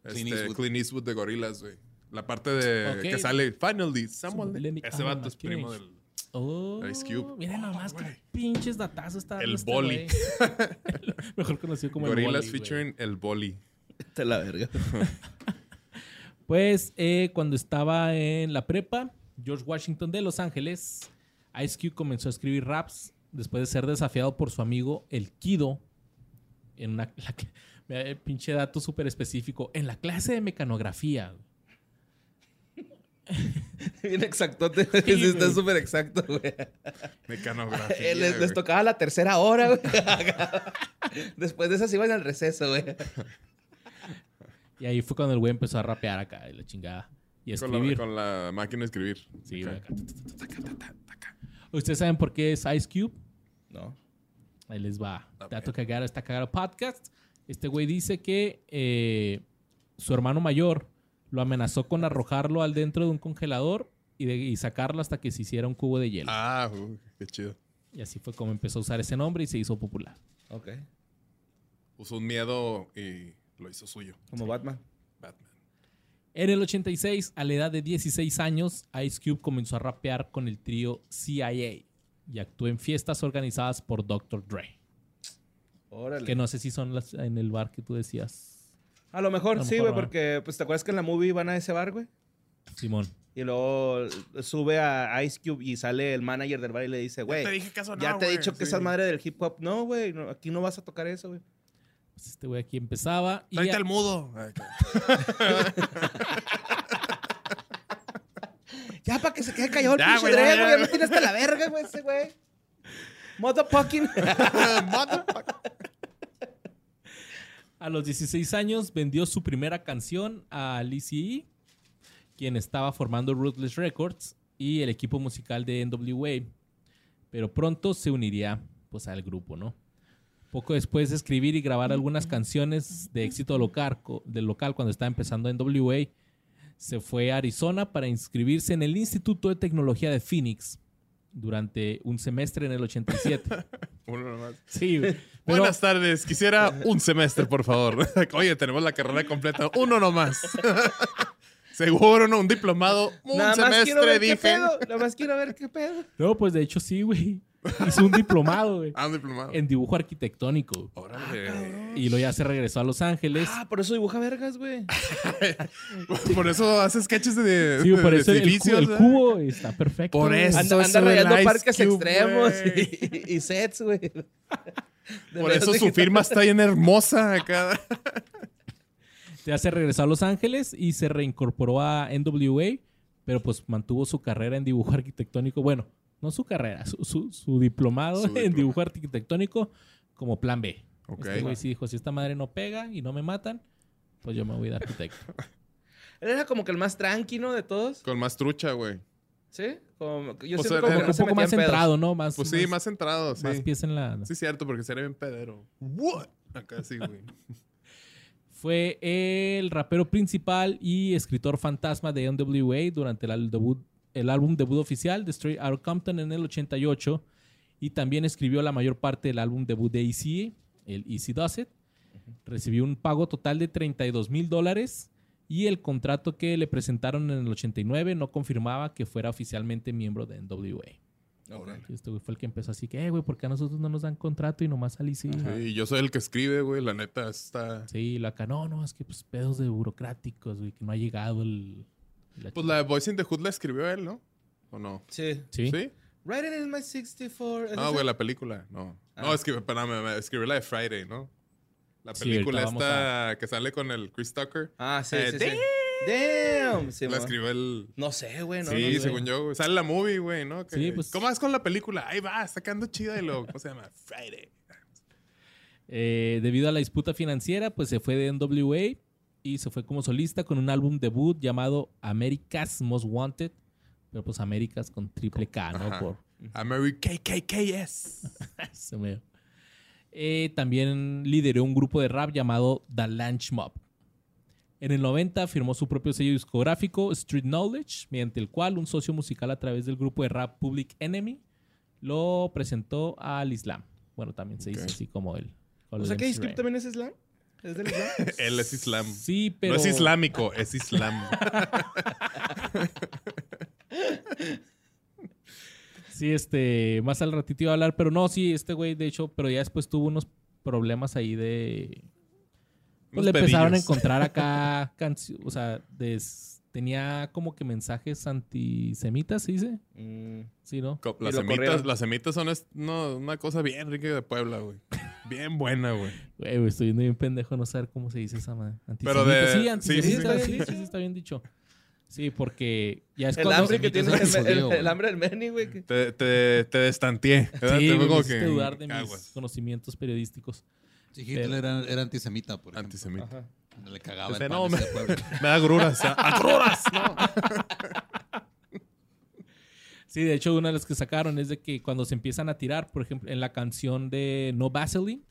S5: este,
S6: Clint
S5: Clint,
S6: Eastwood.
S5: Eastwood. de Gorillaz, güey. La parte de
S2: Ok.
S5: que sale Finally, someone.
S2: Let me-
S5: Ese
S2: ah,
S5: vato es
S2: ¿quién
S5: primo
S2: es?
S5: del
S2: Oh,
S5: Ice Cube.
S2: Mira nomás
S5: Oh,
S2: qué
S5: güey.
S2: pinches datazos está dando
S5: El
S2: este
S5: boli.
S2: güey. Mejor conocido como
S5: Gorillaz
S2: el boli. güey.
S5: featuring el Boli.
S3: Te la verga.
S2: Pues eh, cuando estaba en la prepa, George Washington de Los Ángeles, Ice Cube comenzó a escribir raps después de ser desafiado por su amigo El Kido en una, la cl- Mira, el pinche dato súper específico. En la clase de mecanografía.
S3: Bien exactote. Sí,
S2: Sí,
S3: está
S2: güey.
S3: súper exacto, güey.
S5: Mecanografía.
S3: Eh, les, les
S5: Ah, güey.
S3: tocaba la tercera hora, güey. Después de esas iban al receso, güey.
S2: Y ahí fue cuando el güey empezó a rapear acá, y la chingada. Y a
S5: Con la,
S2: escribir.
S5: con la máquina de escribir.
S2: Sí,
S5: Acá.
S2: güey, acá. ¿Ustedes saben por qué es Ice Cube?
S3: No.
S2: Ahí les va.
S5: A
S2: Dato cagado está cagado podcast. Este güey dice que eh, su hermano mayor lo amenazó con arrojarlo al dentro de un congelador y, de- y sacarlo hasta que se hiciera un cubo de hielo.
S5: Ah, uy, qué chido.
S2: Y así fue como empezó a usar ese nombre y se hizo popular.
S3: Ok.
S5: Usó un miedo y lo hizo suyo.
S3: Como Batman.
S5: Batman.
S2: En el 86, a la edad de 16 años, Ice Cube comenzó a rapear con el trío CIA y actuó en fiestas organizadas por Dr. Dre.
S3: Órale.
S2: Que no sé si son las en el bar que tú decías,
S3: A lo mejor
S2: A lo
S3: sí,
S2: mejor
S3: güey,
S2: no.
S3: porque pues te acuerdas que en la movie van a ese bar, güey.
S2: Simón.
S3: Y luego sube a Ice Cube y sale el manager del bar y le dice, güey,
S5: te dije que eso no,
S3: ya te he
S5: güey".
S3: dicho que
S5: Sí.
S3: esa madre del hip hop, no, güey, no, aquí no vas a tocar eso, güey.
S2: Pues este güey aquí empezaba. Y
S5: Tráete
S2: a-
S5: al mudo. Ay, qué-
S3: Ya, para que se quede callado el
S5: Ya,
S3: pinche
S5: güey, ya,
S3: Dre,
S5: ya,
S3: güey, ya me
S5: güey.
S3: tiene hasta la verga, güey, ese güey. Motherfucking.
S2: A los 16 años vendió su primera canción a Lizzy E, quien estaba formando Ruthless Records y el equipo musical de NWA, pero pronto se uniría pues al grupo, ¿no? Poco después de escribir y grabar algunas canciones de éxito local, co- del local cuando estaba empezando NWA, se fue a Arizona para inscribirse en el Instituto de Tecnología de Phoenix durante un semestre en el 87.
S5: Uno nomás.
S2: sí, güey. pero
S5: Buenas tardes. Quisiera un semestre, por favor. Oye, tenemos la carrera completa. Uno nomás. Seguro, ¿no? Un diplomado. Un
S3: Nada más quiero
S5: semestre,
S3: ver qué
S5: dije.
S3: pedo. Nada más quiero ver qué pedo.
S2: no, pues de hecho sí, güey. Hizo un diplomado, güey.
S5: Ah, un diplomado.
S2: en dibujo arquitectónico.
S5: Órale.
S2: Y luego ya se regresó a Los Ángeles.
S3: Ah, por eso dibuja vergas, güey.
S5: por eso hace sketches de,
S2: Sí,
S5: de-
S2: por
S5: de
S2: eso el, cu-
S5: edificios,
S2: el
S5: ¿verdad?
S2: cubo está perfecto.
S5: Por
S2: güey.
S5: eso.
S3: Anda, anda
S5: sube
S3: rayando
S5: el Ice
S3: parques
S5: Cube,
S3: extremos
S5: güey.
S3: y, y sets, güey. De
S5: Por
S3: medios
S5: eso su
S3: digitales.
S5: firma está bien hermosa acá.
S2: Ya se regresó a Los Ángeles y se reincorporó a NWA, pero pues mantuvo su carrera en dibujo arquitectónico. Bueno, no su carrera, su, su- su diplomado
S5: Su
S2: en
S5: diploma.
S2: dibujo arquitectónico como plan B.
S5: Ok.
S2: Este güey sí dijo, si esta madre no pega y no me matan, pues yo me voy de arquitecto.
S3: Él era como que el más tranqui, ¿no? De todos.
S5: Con más trucha, güey.
S3: ¿Sí? Como, yo
S5: Pues
S3: siento
S5: era-
S3: como
S5: era
S3: que
S2: un
S3: no se
S2: poco
S3: metía
S2: más
S3: en pedos.
S2: centrado, ¿no? Más,
S5: Pues sí, más centrado, sí.
S2: más pies en la...
S5: Sí, cierto, porque sería bien pedero. What? Acá sí, güey.
S2: Fue el rapero principal y escritor fantasma de NWA durante el, al- debut- el álbum debut oficial de Straight Outta Compton en el 88 y también escribió la mayor parte del álbum debut de Easy, el Easy Does It. Recibió un pago total de 32 mil dólares y el contrato que le presentaron en el 89 no confirmaba que fuera oficialmente miembro de NWA. Y Este güey fue el que empezó así que, "Eh, güey, ¿por qué a nosotros no nos dan contrato y nomás al E Easy?
S5: Sí, yo soy el que escribe, güey. La neta está.
S2: Sí, la acá, no, no, es que pues pedos de burocráticos, güey, que no ha llegado el... la
S5: Pues
S2: chi-
S5: la de Voice in the Hood la escribió él, ¿no? ¿O no?
S3: Sí.
S2: ¿Sí?
S3: Riding in my 64.
S5: No, güey, la película. No. No,
S3: Ah.
S5: es que, espérame, me- escribió la de Friday, ¿no? La
S2: Sí,
S5: película
S2: ahorita vamos
S5: esta que sale con el Chris Tucker.
S3: Ah, sí,
S5: Eh,
S3: sí, sí. Damn. Sí,
S5: la
S3: mo.
S5: escribió el.
S3: No sé, güey. No,
S5: sí,
S3: no sé.
S5: según yo, güey. Sale la movie, güey, ¿no? Que-
S2: Sí, pues-
S5: ¿Cómo vas con la película? Ahí va, sacando chida y lo. ¿Cómo se llama? Friday.
S2: Eh, debido a la disputa financiera, pues se fue de NWA y se fue como solista con un álbum debut llamado America's Most Wanted, pero pues Américas con triple K, ¿no?
S5: Ajá.
S2: Por
S5: American KKKS.
S2: ese medio. Eh, también lideró un grupo de rap llamado The Lunch Mob. En el 90 firmó su propio sello discográfico Street Knowledge, mediante el cual un socio musical a través del grupo de rap Public Enemy lo presentó al Islam. Bueno, también se dice
S5: Ok.
S2: así como él.
S3: O sea, que Script también es Islam. ¿Es del Islam?
S5: Él es Islam.
S2: Sí, pero...
S5: No es islámico, es Islam.
S2: Sí, este, más al ratito iba a hablar, pero no, sí, este güey, de hecho, pero ya después tuvo unos problemas ahí de... Pues
S5: Unos
S2: le empezaron a
S5: pedillos.
S2: encontrar acá canciones, o sea, des- tenía como que mensajes antisemitas, ¿sí dice?
S3: Mm.
S2: Sí, ¿no?
S5: Co-
S3: Y
S5: Las
S3: lo
S5: semitas,
S3: corrieron.
S5: las semitas son es- no, una cosa bien rica de Puebla, güey. Bien buena, güey.
S2: Eh, Güey, güey, estoy viendo bien pendejo no saber cómo se dice esa madre.
S5: Pero
S2: Antisemita.
S5: de-
S2: Sí, antisemita,
S5: sí,
S2: sí,
S5: sí,
S2: sí, sí, está bien dicho. Sí, porque ya es
S3: El
S2: cuando-
S3: hambre que tiene
S6: entonces,
S3: el, el-
S6: jodido, güey.
S3: el hambre del Manny, güey. que-
S5: Te, te, te destanteé. ¿verdad?
S2: Sí,
S5: Te fue
S2: güey, me
S5: como
S2: hiciste dudar de mis
S5: aguas.
S2: conocimientos periodísticos.
S6: Sí, Hitler era, era antisemita, por ejemplo.
S5: Antisemita.
S6: Le cagaba el
S5: Dice,
S6: pan
S5: "No,
S6: a
S5: me-
S6: ese pueblo".
S5: Me da agruras. ¡Agruras!
S2: Sí, de hecho, una de las que sacaron es de que cuando se empiezan a tirar, por ejemplo, en la canción de No Vaseline,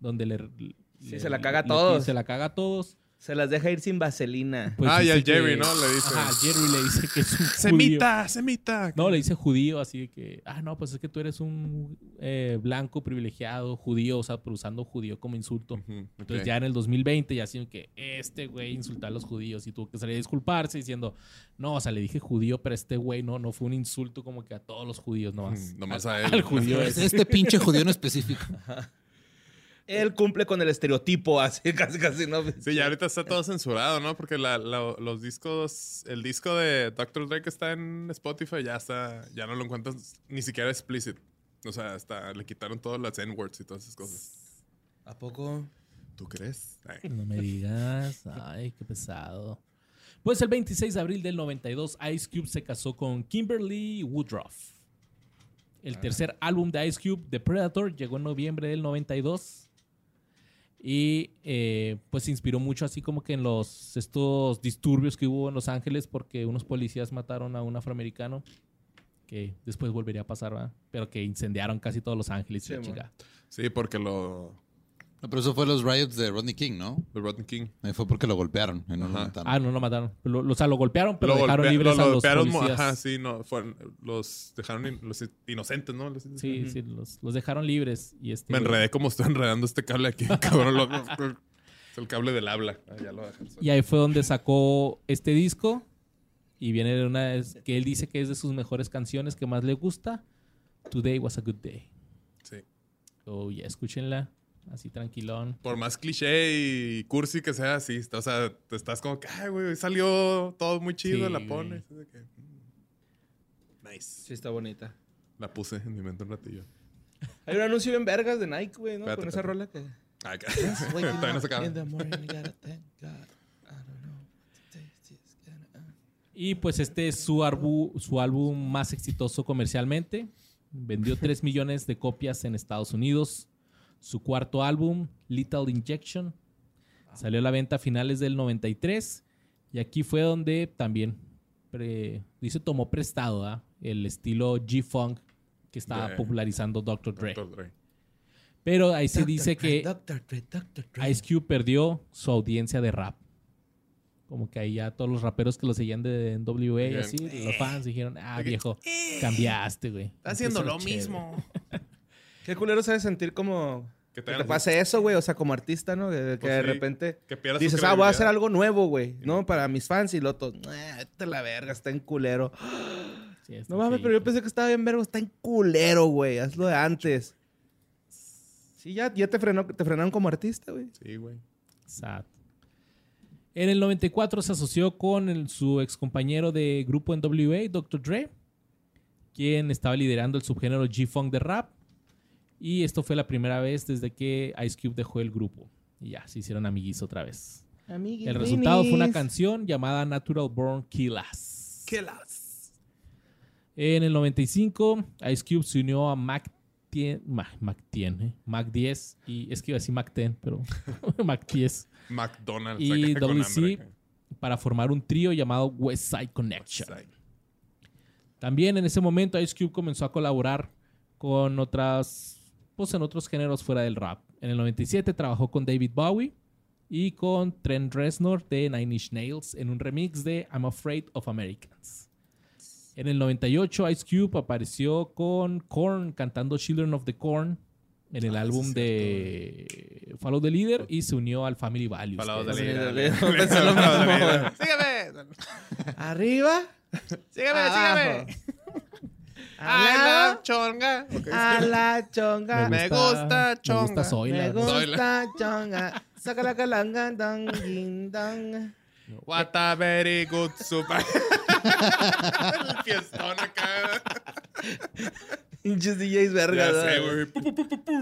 S2: donde le... le-
S3: se la caga a
S2: le-
S3: todos.
S2: Se la caga a todos.
S3: Se las deja ir sin vaselina.
S2: Pues
S5: ah, y
S2: dice
S5: al
S2: que-
S5: Jerry, ¿no? Le dice.
S2: Ajá, Jerry le dice que es un judío.
S5: semita, semita.
S2: No, le dice judío, así de que, ah, no, pues es que tú eres un eh, blanco privilegiado, judío, o sea, pero usando judío como insulto.
S5: Ujú,
S2: Entonces
S5: ok.
S2: ya en el 2020 ya hacían que este güey insultó a los judíos y tuvo que salir a disculparse diciendo, no, o sea, le dije judío, pero este güey no, no fue un insulto como que a todos los judíos, nomás.
S5: Mm, nomás
S2: al,
S5: a él.
S2: al judío
S6: Es
S2: ese.
S6: este pinche judío en específico.
S3: Él cumple con el estereotipo, así casi, casi, ¿no?
S5: Sí, ya ahorita está todo censurado, ¿no? Porque la- la- los discos, el disco de Dr. Dre que está en Spotify ya está, ya no lo encuentras ni siquiera explícit. O sea, hasta le quitaron todas las N-words y todas esas cosas.
S3: ¿A poco?
S5: ¿Tú crees? Ay.
S2: No me digas, ay, qué pesado. Pues el 26 de abril del 92, Ice Cube se casó con Kimberly Woodruff.
S5: Ah.
S2: El tercer álbum de Ice Cube, The Predator, llegó en noviembre del 92. Y eh, pues se inspiró mucho así como que en los estos disturbios que hubo en Los Ángeles porque unos policías mataron a un afroamericano que después volvería a pasar, ¿verdad? pero que incendiaron casi todos Los Ángeles. y
S3: Sí,
S2: la
S3: man.
S2: chingada.
S5: Sí, porque lo.
S6: No, pero eso fue los riots de Rodney King, ¿no?
S5: The Rotten King.
S6: Ahí fue porque lo golpearon. y no lo
S5: Ajá.
S6: mataron.
S2: ah, no lo mataron. Lo, lo- o sea, lo golpearon, pero
S5: lo
S2: dejaron
S5: golpea-
S2: libres
S5: lo
S2: a los
S5: golpearon mo-
S2: policías.
S5: Ajá, sí, no. fueron- los dejaron in- los inocentes, ¿no? Los inocentes.
S2: Sí, sí, los, los dejaron libres. Y este,
S5: Me
S2: güey-
S5: enredé como estoy enredando este cable aquí, cabrón. lo- es el cable del habla. Ah, ya lo dejaron.
S2: Y ahí fue donde sacó este disco. Y viene de una es- que él dice que es de sus mejores canciones que más le gusta. Today was a good day.
S5: Sí.
S2: Oh, ya escúchenla. Así tranquilón.
S5: por más cliché y cursi que sea, sí. está- O sea, te estás como que, ay, güey, salió todo muy chido,
S2: Sí,
S5: la
S2: güey.
S5: pones. es de que, mm. Nice.
S3: Sí, está bonita.
S5: La puse en mi mente un ratillo.
S3: Hay un anuncio bien vergas de Nike, güey, ¿no?
S5: Espérate,
S3: con esa
S5: espérate.
S3: rola que...
S5: Ay, ca- Todavía no se acaba.
S3: In the morning, you gotta thank God. I don't know what today is gonna-
S2: Y pues este es su, arbu- su álbum más exitoso comercialmente. Vendió 3 millones de copias en Estados Unidos. Su cuarto álbum, Little Injection, salió a la venta a finales del 93. Y aquí fue donde también, pre- dice, tomó prestado ¿ah? el estilo G-Funk que estaba
S5: De-
S2: popularizando Dr. Dre.
S5: Dr. Dre.
S2: Pero ahí se dice
S3: Dr. Dre,
S2: que
S3: Dr. Dre, Dr. Dre.
S2: Ice Cube perdió su audiencia de rap. Como que ahí ya todos los raperos que lo seguían de NWA y
S5: Dijeron,
S2: así, los fans dijeron, ah, viejo, cambiaste, güey. Está haciendo lo mismo.
S3: Qué culero sabe sentir como...
S5: Que
S3: Que
S5: te
S3: te,
S5: hagan
S3: pase eso, güey. O sea, como artista, ¿no? Que, que
S5: Pues
S3: de
S5: sí,
S3: repente
S5: que pierdas tu
S3: dices, ah, voy a hacer
S5: credibilidad".
S3: algo nuevo, güey. No, para mis fans y lotos. Esta la verga, está en culero. No mames, pero yo pensé que estaba bien vergo. Está en culero, güey. Hazlo de antes. Sí, ya, ya te, frenó, te frenaron como artista, güey.
S5: Sí, güey.
S2: Sad. En el 94 se asoció con el- su ex compañero de grupo NWA, Dr. Dre, quien estaba liderando el subgénero G-Funk de rap. Y esto fue la primera vez desde que Ice Cube dejó el grupo. Y ya, se hicieron amiguis otra vez. El resultado fue una canción llamada Natural Born Killers. En el 95, Ice Cube se unió a Mac 10, Ma- Mac 10, eh, Mac 10 y es que iba a decir Mac 10, pero Mac 10
S5: McDonald's.
S2: Y
S5: acá con
S2: WC.
S5: hambre, acá.
S2: para formar un trío llamado West Side Connection.
S5: Psych.
S2: También en ese momento Ice Cube comenzó a colaborar con otras, pues en otros géneros fuera del rap. En el 97 trabajó con David Bowie y con Trent Reznor de Nine Inch Nails en un remix de I'm Afraid of Americans. En el 98 Ice Cube apareció con Korn cantando Children of the Korn en el álbum de Follow the Leader y se unió al Family Values.
S5: Falao
S2: que
S5: de
S2: es-
S5: ley,
S3: Dale,
S5: dale.
S3: dale. Pensé lo
S5: Falao de
S3: mismo,
S5: ley,
S3: güey.
S5: dale.
S4: Sígueme,
S3: Arriba.
S4: sígueme,
S3: abajo.
S4: sígueme. I
S3: A
S4: love chonga.
S3: la, a la chonga.
S4: Me gusta
S2: Me
S4: Chonga.
S2: gusta Zoila,
S3: Me
S2: ¿no?
S3: gusta chonga. Saca la calanga, dong, ding, dong.
S5: What a very good super. el fiestón acá.
S3: Pinches DJs
S5: Ya
S3: vergas.
S5: sé,
S3: ¿no?
S5: güey. Pu, pu, pu, pu, pu.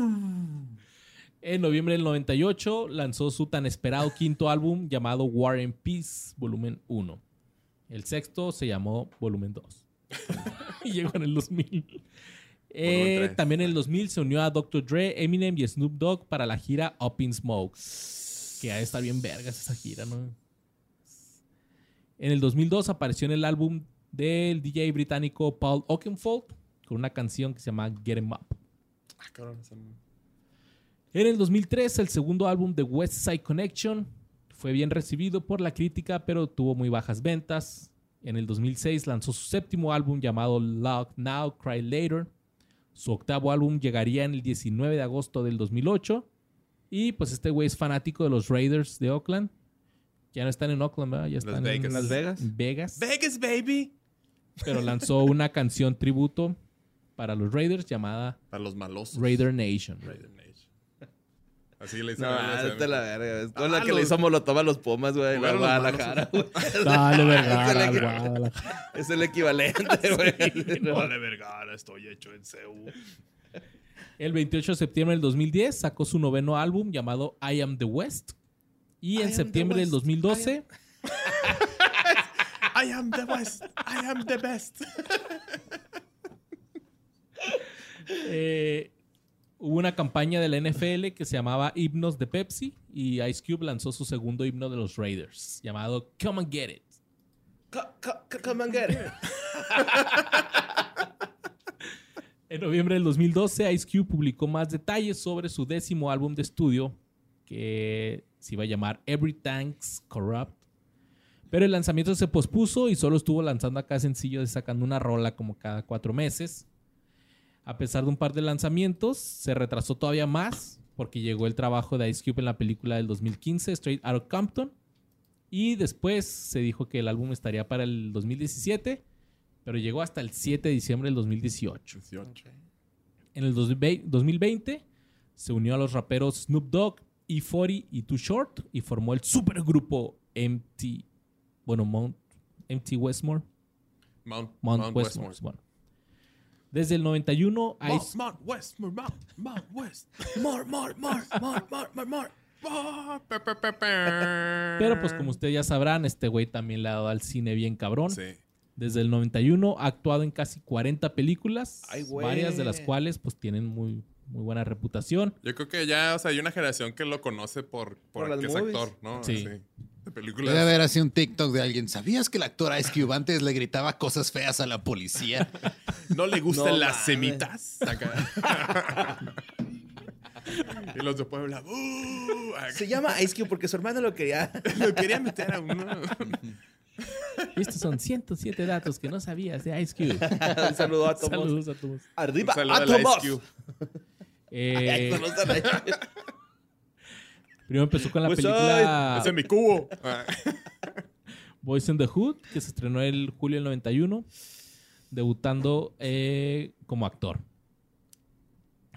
S2: En noviembre del 98 lanzó su tan esperado quinto álbum llamado War and Peace, volumen 1. El sexto se llamó volumen 2. y llegó en el 2000. Eh,
S5: Volumen tres.
S2: también en el 2000 se unió a Dr. Dre, Eminem y Snoop Dogg para la gira Up in Smoke. Que ya está bien vergas esa gira, ¿no? En el 2002 apareció en el álbum del DJ británico Paul Oakenfold con una canción que se llama Get 'Em Up.
S5: Ah, cabrón, son-
S2: En el 2003, el segundo álbum de West Side Connection fue bien recibido por la crítica, pero tuvo muy bajas ventas. En el 2006 lanzó su séptimo álbum llamado Loud Now, Cry Later. Su octavo álbum llegaría en el 19 de agosto del 2008. Y pues este güey es fanático de los Raiders de Oakland. Ya no están en Oakland, ¿verdad? Ya están
S5: Vegas.
S2: en
S3: Las Vegas.
S2: Vegas.
S5: Vegas, baby.
S2: Pero lanzó una canción tributo para los Raiders llamada
S5: Para los malosos.
S2: Raider Nation.
S5: Raider Nation. Así le
S3: No,
S5: hicieron. a la
S3: vete a la
S5: CM.
S3: verga. Es con la
S5: Ah,
S3: que le
S5: los-
S3: hizo Molotov a los Pumas, güey. La
S5: Jugaron los
S3: Guadalajara, güey.
S2: Dale,
S3: Dale,
S2: verga,
S3: que-
S2: Guadalajara.
S3: Es el equivalente, güey. No,
S5: Vale, vergara, estoy hecho en CU.
S2: El 28 de septiembre del 2010 sacó su noveno álbum llamado I Am the West. Y en septiembre del 2012
S5: I am the best. I am the best.
S2: eh, hubo una campaña de la NFL que se llamaba Himnos de Pepsi y Ice Cube lanzó su segundo himno de los Raiders llamado Come and Get It.
S3: Co- co- co- Come and get it.
S2: En noviembre del 2012 Ice Cube publicó más detalles sobre su décimo álbum de estudio que se iba a llamar Every Thanks Corrupt. Pero el lanzamiento se pospuso y solo estuvo lanzando acá sencillo, sacando una rola como cada cuatro meses. A pesar de un par de lanzamientos, se retrasó todavía más porque llegó el trabajo de Ice Cube en la película del 2015, Straight Outta Compton. Y después se dijo que el álbum estaría para el 2017, pero llegó hasta el 7 de diciembre del 2018.
S5: 18.
S2: En el 2020 2020 se unió a los raperos Snoop Dogg, E40 y Too Short y formó el supergrupo MT, bueno, Mount, MT Westmore.
S5: Mount,
S2: Mount,
S5: Mount
S2: Westmore.
S5: Westmore.
S2: bueno. Desde el 91, Ice,
S5: Mount, Mount Westmore. Mount, Mount West. More, more, more, more, more, more, more. More. Pe, pe, pe, pe.
S2: pero pues como ustedes ya sabrán, este güey también le ha dado al cine bien cabrón.
S5: Sí.
S2: Desde el 91 ha actuado en casi 40 películas,
S3: Ay, güey.
S2: varias de las cuales pues tienen muy, muy buena reputación.
S5: Yo creo que ya, o sea, hay una generación que lo conoce por, por,
S3: Por las
S5: que es
S3: movies.
S5: actor, ¿no?
S2: Sí.
S5: Así, De
S6: Debe
S5: películas.
S6: haber así un TikTok de alguien. ¿Sabías que el actor Ice Cube antes le gritaba cosas feas a la policía?
S5: No le gustan
S3: No
S5: las
S3: mames.
S5: semitas. Acá. y los de Puebla. "Uh", acá.
S3: Se llama Ice Cube porque su hermano lo quería.
S5: Lo quería meter a uno.
S2: Y estos son 107 datos que no sabías de Ice Cube.
S3: Un saludo a Tomos.
S2: Saludos a todos.
S5: Un
S3: Arriba,
S5: saludo
S3: a
S5: al Ice
S3: Tomos.
S5: Cube.
S2: Eh,
S3: Saludos al Ice Cube.
S2: Primero empezó con la
S3: Pues,
S4: Ah.
S2: película
S5: Ese es mi cubo. Ah.
S2: Boys in the Hood, que se estrenó el julio del 91, debutando eh, como actor.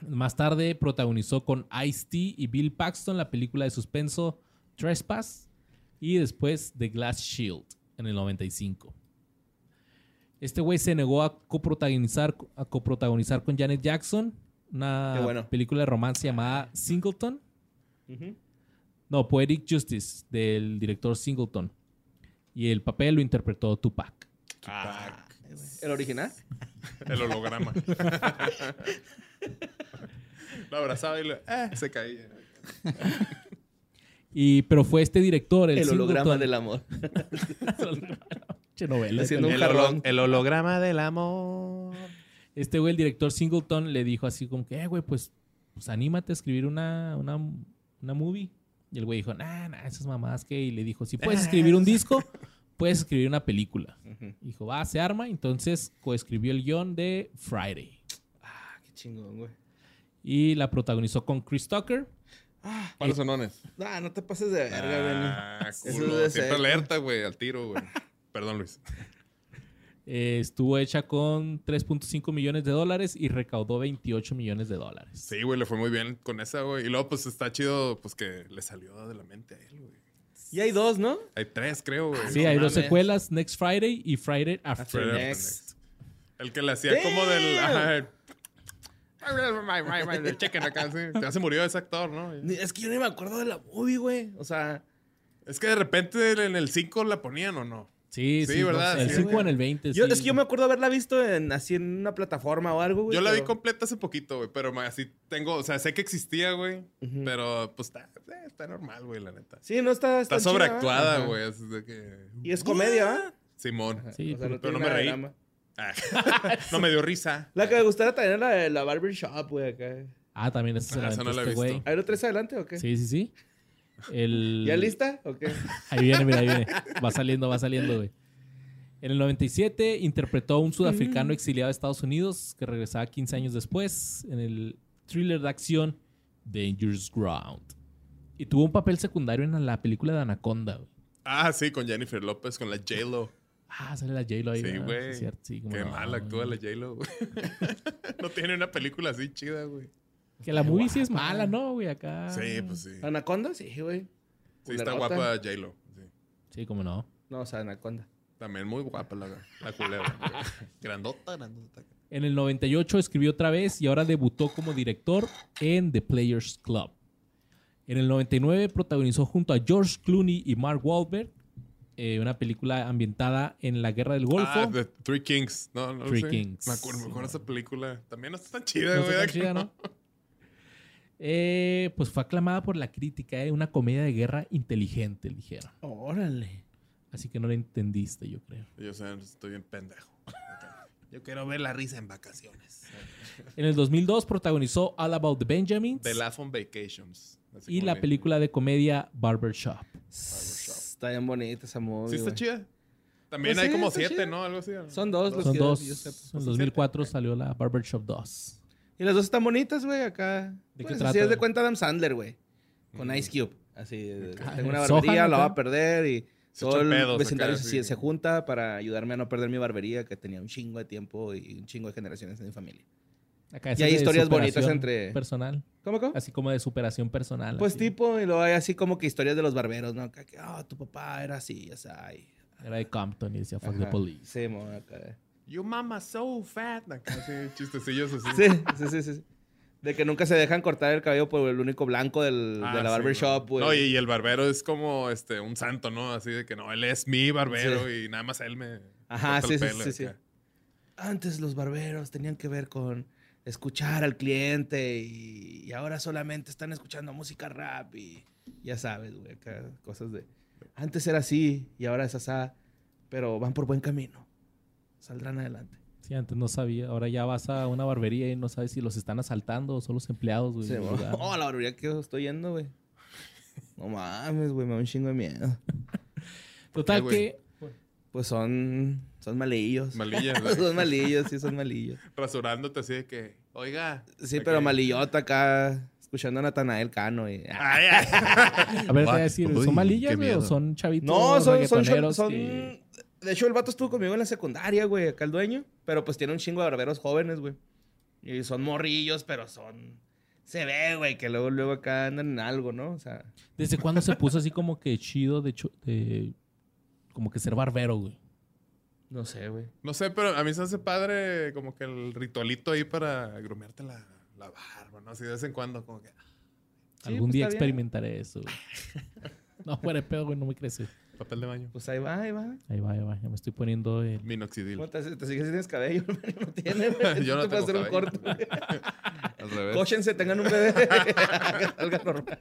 S2: Más tarde protagonizó con Ice-T y Bill Paxton la película de suspenso Trespass y después The Glass Shield en el 95. Este güey se negó a coprotagonizar, a coprotagonizar con Janet Jackson una
S3: Qué bueno.
S2: película de romance llamada Singleton. No, Poetic Justice del director Singleton. Y el papel lo interpretó Tupac.
S5: Ah,
S3: ¿El original?
S5: el holograma. lo abrazaba y le- eh, se caía.
S2: Y, pero fue este director, el,
S3: El, holograma
S2: Singleton-
S3: del amor.
S2: Che, novela.
S3: Haciendo un jarrón.
S4: holograma del amor.
S2: Este güey, el director Singleton, le dijo así como que, eh, güey, pues, pues anímate a escribir una, una, una movie. Y el güey dijo, nah, nah, esas mamadas que... Y le dijo, si puedes escribir un disco, puedes escribir una película. Dijo, va, se arma. Entonces coescribió el guión de Friday.
S3: Ah, qué chingón, güey.
S2: Y la protagonizó con Chris Tucker.
S5: ¿Cuáles sonones?
S3: No, no te pases de verga, güey.
S5: Ah,
S3: Eso
S5: culo.
S3: debe
S5: Siempre
S3: ser.
S5: alerta, güey, al tiro, güey. Perdón, Luis.
S2: Eh, estuvo hecha con 3.5 millones de dólares y recaudó 28 millones de dólares.
S5: Sí, güey, le fue muy bien con esa, güey. Y luego, pues, está chido, pues, que le salió de la mente a él, güey.
S3: Y hay dos, ¿no?
S5: Hay tres, creo, güey.
S2: Sí, hay dos
S3: mames.
S2: secuelas, Next Friday y Friday After.
S5: After
S3: Next.
S5: El que le hacía como del...
S3: Damn.
S5: ajá, Chequen acá, sí. Ya se murió ese actor, ¿no?
S3: Ni- Es que yo ni me acuerdo de la movie, güey. O sea,
S5: Es que de repente en el 5 la ponían o no.
S2: Sí,
S5: Sí,
S2: sí,
S5: ¿verdad?
S2: El
S5: Sí,
S2: 5
S5: güey.
S2: en el 20.
S3: yo,
S2: sí.
S3: es que yo me acuerdo haberla visto en, así en una plataforma o algo, güey.
S5: Yo la vi
S3: pero-
S5: completa hace poquito, güey, pero ma- así tengo, o sea, sé que existía, güey, pero pues está, eh, está normal, güey, la neta.
S3: Sí, no está.
S5: Está
S3: chida,
S5: sobreactuada,
S3: ¿verdad?
S5: güey, así de que... uh,
S3: Y es comedia, ¿verdad?
S5: Simón.
S2: Sí,
S3: O sea,
S5: pero
S3: tiene
S5: no me
S3: nada de
S5: reí.
S3: drama.
S5: Ah, no me dio risa.
S3: La que me gustara también era la de la barber shop, güey, acá.
S2: Ah, también esta se
S5: Ah,
S2: la
S5: esa no
S2: aventó
S5: la he
S2: este güey.
S5: visto.
S3: ¿Hay tres adelante o qué?
S2: Sí, sí, sí. El...
S3: ¿Ya lista o qué?
S2: Ahí viene, mira, ahí viene. Va saliendo, va saliendo, güey. En el 97 interpretó a un sudafricano exiliado de Estados Unidos que regresaba 15 años después en el thriller de acción Dangerous Ground. Y tuvo un papel secundario en la película de Anaconda, güey.
S5: Ah, sí, con Jennifer López, con la J-Lo.
S2: Ah, sale la J-Lo ahí.
S5: Sí,
S2: ¿verdad?
S5: güey.
S2: es cierto, sí, cómo
S5: Qué
S2: no,
S5: mal
S2: güey.
S5: actúa la J-Lo, güey. no tiene una película así chida, güey.
S2: Que la movie sí es mala, ¿no, güey? Acá.
S5: Sí, pues sí.
S2: Ah,
S3: ¿Anaconda? Sí, güey.
S5: Sí, está
S3: culerota.
S5: guapa J-Lo. sí.
S2: Sí, cómo no.
S3: No, o sea, Anaconda.
S5: También muy guapa la, la culera. güey. grandota, grandota.
S2: En el 98 escribió otra vez y ahora debutó como director en The Players Club. En el 99 protagonizó junto a George Clooney y Mark Wahlberg eh, una película ambientada en la Guerra del Golfo.
S5: Ah, The Three Kings. No, no
S2: Three
S5: sé.
S2: Kings.
S5: Me acuerdo, me acuerdo
S2: Sí,
S5: esa película. También no está tan chida,
S2: No
S5: güey.
S2: está tan
S5: ¿a que
S2: chida,
S5: no?
S2: ¿no? Eh, pues fue aclamada por la crítica, eh, una comedia de guerra inteligente, dijeron.
S3: Órale.
S2: Así que no la entendiste, yo creo.
S5: Yo sé, estoy bien pendejo. Yo quiero ver la risa en vacaciones.
S2: En el 2002 protagonizó All About the Benjamins
S5: The Laugh on Vacations. Así
S2: y
S5: como
S2: la
S5: le-
S2: película de comedia Barbershop.
S3: Está bien bonita esa movie.
S5: Sí, está
S3: güey.
S5: chida. También
S3: Pues
S5: hay
S3: sí,
S5: como
S3: está
S5: siete,
S3: chida.
S5: ¿no? Algo así. ¿no?
S3: Son dos los
S2: Son
S3: que
S2: dos.
S3: yo sepa.
S2: En 2004 salió la Barbershop 2.
S3: Y las dos están bonitas, güey, acá.
S2: ¿De qué
S3: Pues,
S2: trata? Mm.
S3: Si es de cuenta Adam Sandler, güey. Con Ice Cube. Así, de- tengo una
S2: Sohan,
S3: barbería, la
S2: acá.
S3: va a perder y
S5: Se
S3: todo el
S5: echan pedos
S3: vecindario
S5: acá,
S3: se,
S5: sí.
S3: se junta para ayudarme a no perder mi barbería que tenía un chingo de tiempo y un chingo de generaciones en mi familia.
S2: Acá
S3: Y
S2: esa
S3: hay
S2: de
S3: historias bonitas
S2: superación
S3: entre-
S2: Personal.
S3: ¿Cómo, cómo?
S2: Así como de superación personal.
S3: Pues
S2: así.
S3: tipo, y luego hay así como que historias de los barberos, ¿no? Que, que, ah, tu papá era así, o sea, ay.
S2: Era de Compton y decía fuck the
S3: Ajá.
S2: police.
S3: Sí, mo, acá.
S5: You mama so fat. Acá, sí, chistecillos así.
S3: Sí, sí, sí, sí, sí. De que nunca se dejan cortar el cabello por el único blanco del,
S5: Ah,
S3: de la
S5: sí,
S3: barbershop,
S5: güey.
S3: güey.
S5: No, y, y el barbero es como este un santo, ¿no? Así de que no, él es mi barbero y nada más él me.
S3: Ajá,
S5: corta
S3: sí,
S5: el
S3: sí,
S5: pelo
S3: sí, sí.
S5: acá.
S3: Antes los barberos tenían que ver con escuchar al cliente y, y ahora solamente están escuchando música rap y ya sabes, güey, acá cosas de... Antes era así y ahora es asá, pero van por buen camino. Saldrán adelante.
S2: Sí, antes no sabía. Ahora ya vas a una barbería y no sabes si los están asaltando o son los empleados, güey.
S3: Sí,
S2: del
S3: mo.
S2: lugar.
S3: oh, la barbería que estoy yendo, güey. No mames, güey, me da un chingo de miedo.
S2: Total
S5: Ok,
S2: que
S3: Pues son, son malillos.
S5: Malillas, güey.
S3: son malillos, sí, son malillos.
S5: Rasurándote así de que, oiga.
S3: Sí,
S5: acá.
S3: pero malillota acá, escuchando a Natanael Cano y... ah.
S5: Ay, ay.
S2: a ver, te voy
S5: What?
S2: a decir,
S5: Uy,
S2: ¿son malillas
S5: qué
S2: güey,
S5: miedo.
S2: o son chavitos
S3: No, son, son,
S2: reggaetoneros
S3: son-
S2: que-
S3: De hecho, el vato estuvo conmigo en la secundaria, güey, acá el dueño. Pero pues tiene un chingo de barberos jóvenes, güey. Y son morrillos, pero son... Se ve, güey, que luego, luego acá andan en algo, ¿no? O sea...
S2: ¿Desde cuándo se puso así como que chido de, cho- de- como que ser barbero, güey?
S3: No sé, güey.
S5: No sé, pero a mí se hace padre como que el ritualito ahí para grumearte la, la barba, ¿no? Así de vez en cuando, como que.
S3: Sí,
S2: Algún
S3: pues,
S2: día
S3: está bien.
S2: experimentaré eso, güey. No, fuera de pedo, güey, no me crece.
S5: Papel de baño.
S3: Pues ahí va, ahí va.
S2: Ahí va, ahí va. Ya me estoy poniendo el
S5: Minoxidil.
S3: ¿Cómo te, te sigues si tienes cabello? Mario no tiene, güey.
S5: Yo no
S3: te puedes hacer
S5: tengo
S3: un corto.
S5: cabello.
S3: güey.
S5: Al revés.
S3: Cóchense, tengan un bebé. Que salga normal.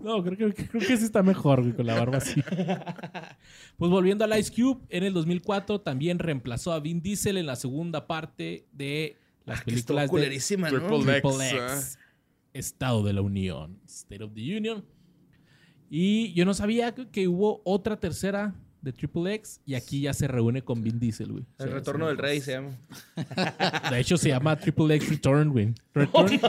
S2: No, creo que, creo que sí está mejor, güey, con la barba así. Pues volviendo al Ice Cube, en el 2004 también reemplazó a Vin Diesel en la segunda parte de las
S3: Ah, Que estuvo
S2: películas de
S3: culerísima, ¿no?
S5: Triple
S2: Triple
S5: X,
S2: X, Estado de la Unión, State of the Union. Y yo no sabía que, que hubo otra tercera de Triple X y aquí ya se reúne con Vin Diesel, güey.
S3: El
S2: Se-
S3: retorno
S2: se-
S3: del rey se llama.
S2: De hecho se llama Triple X Return, güey. Return.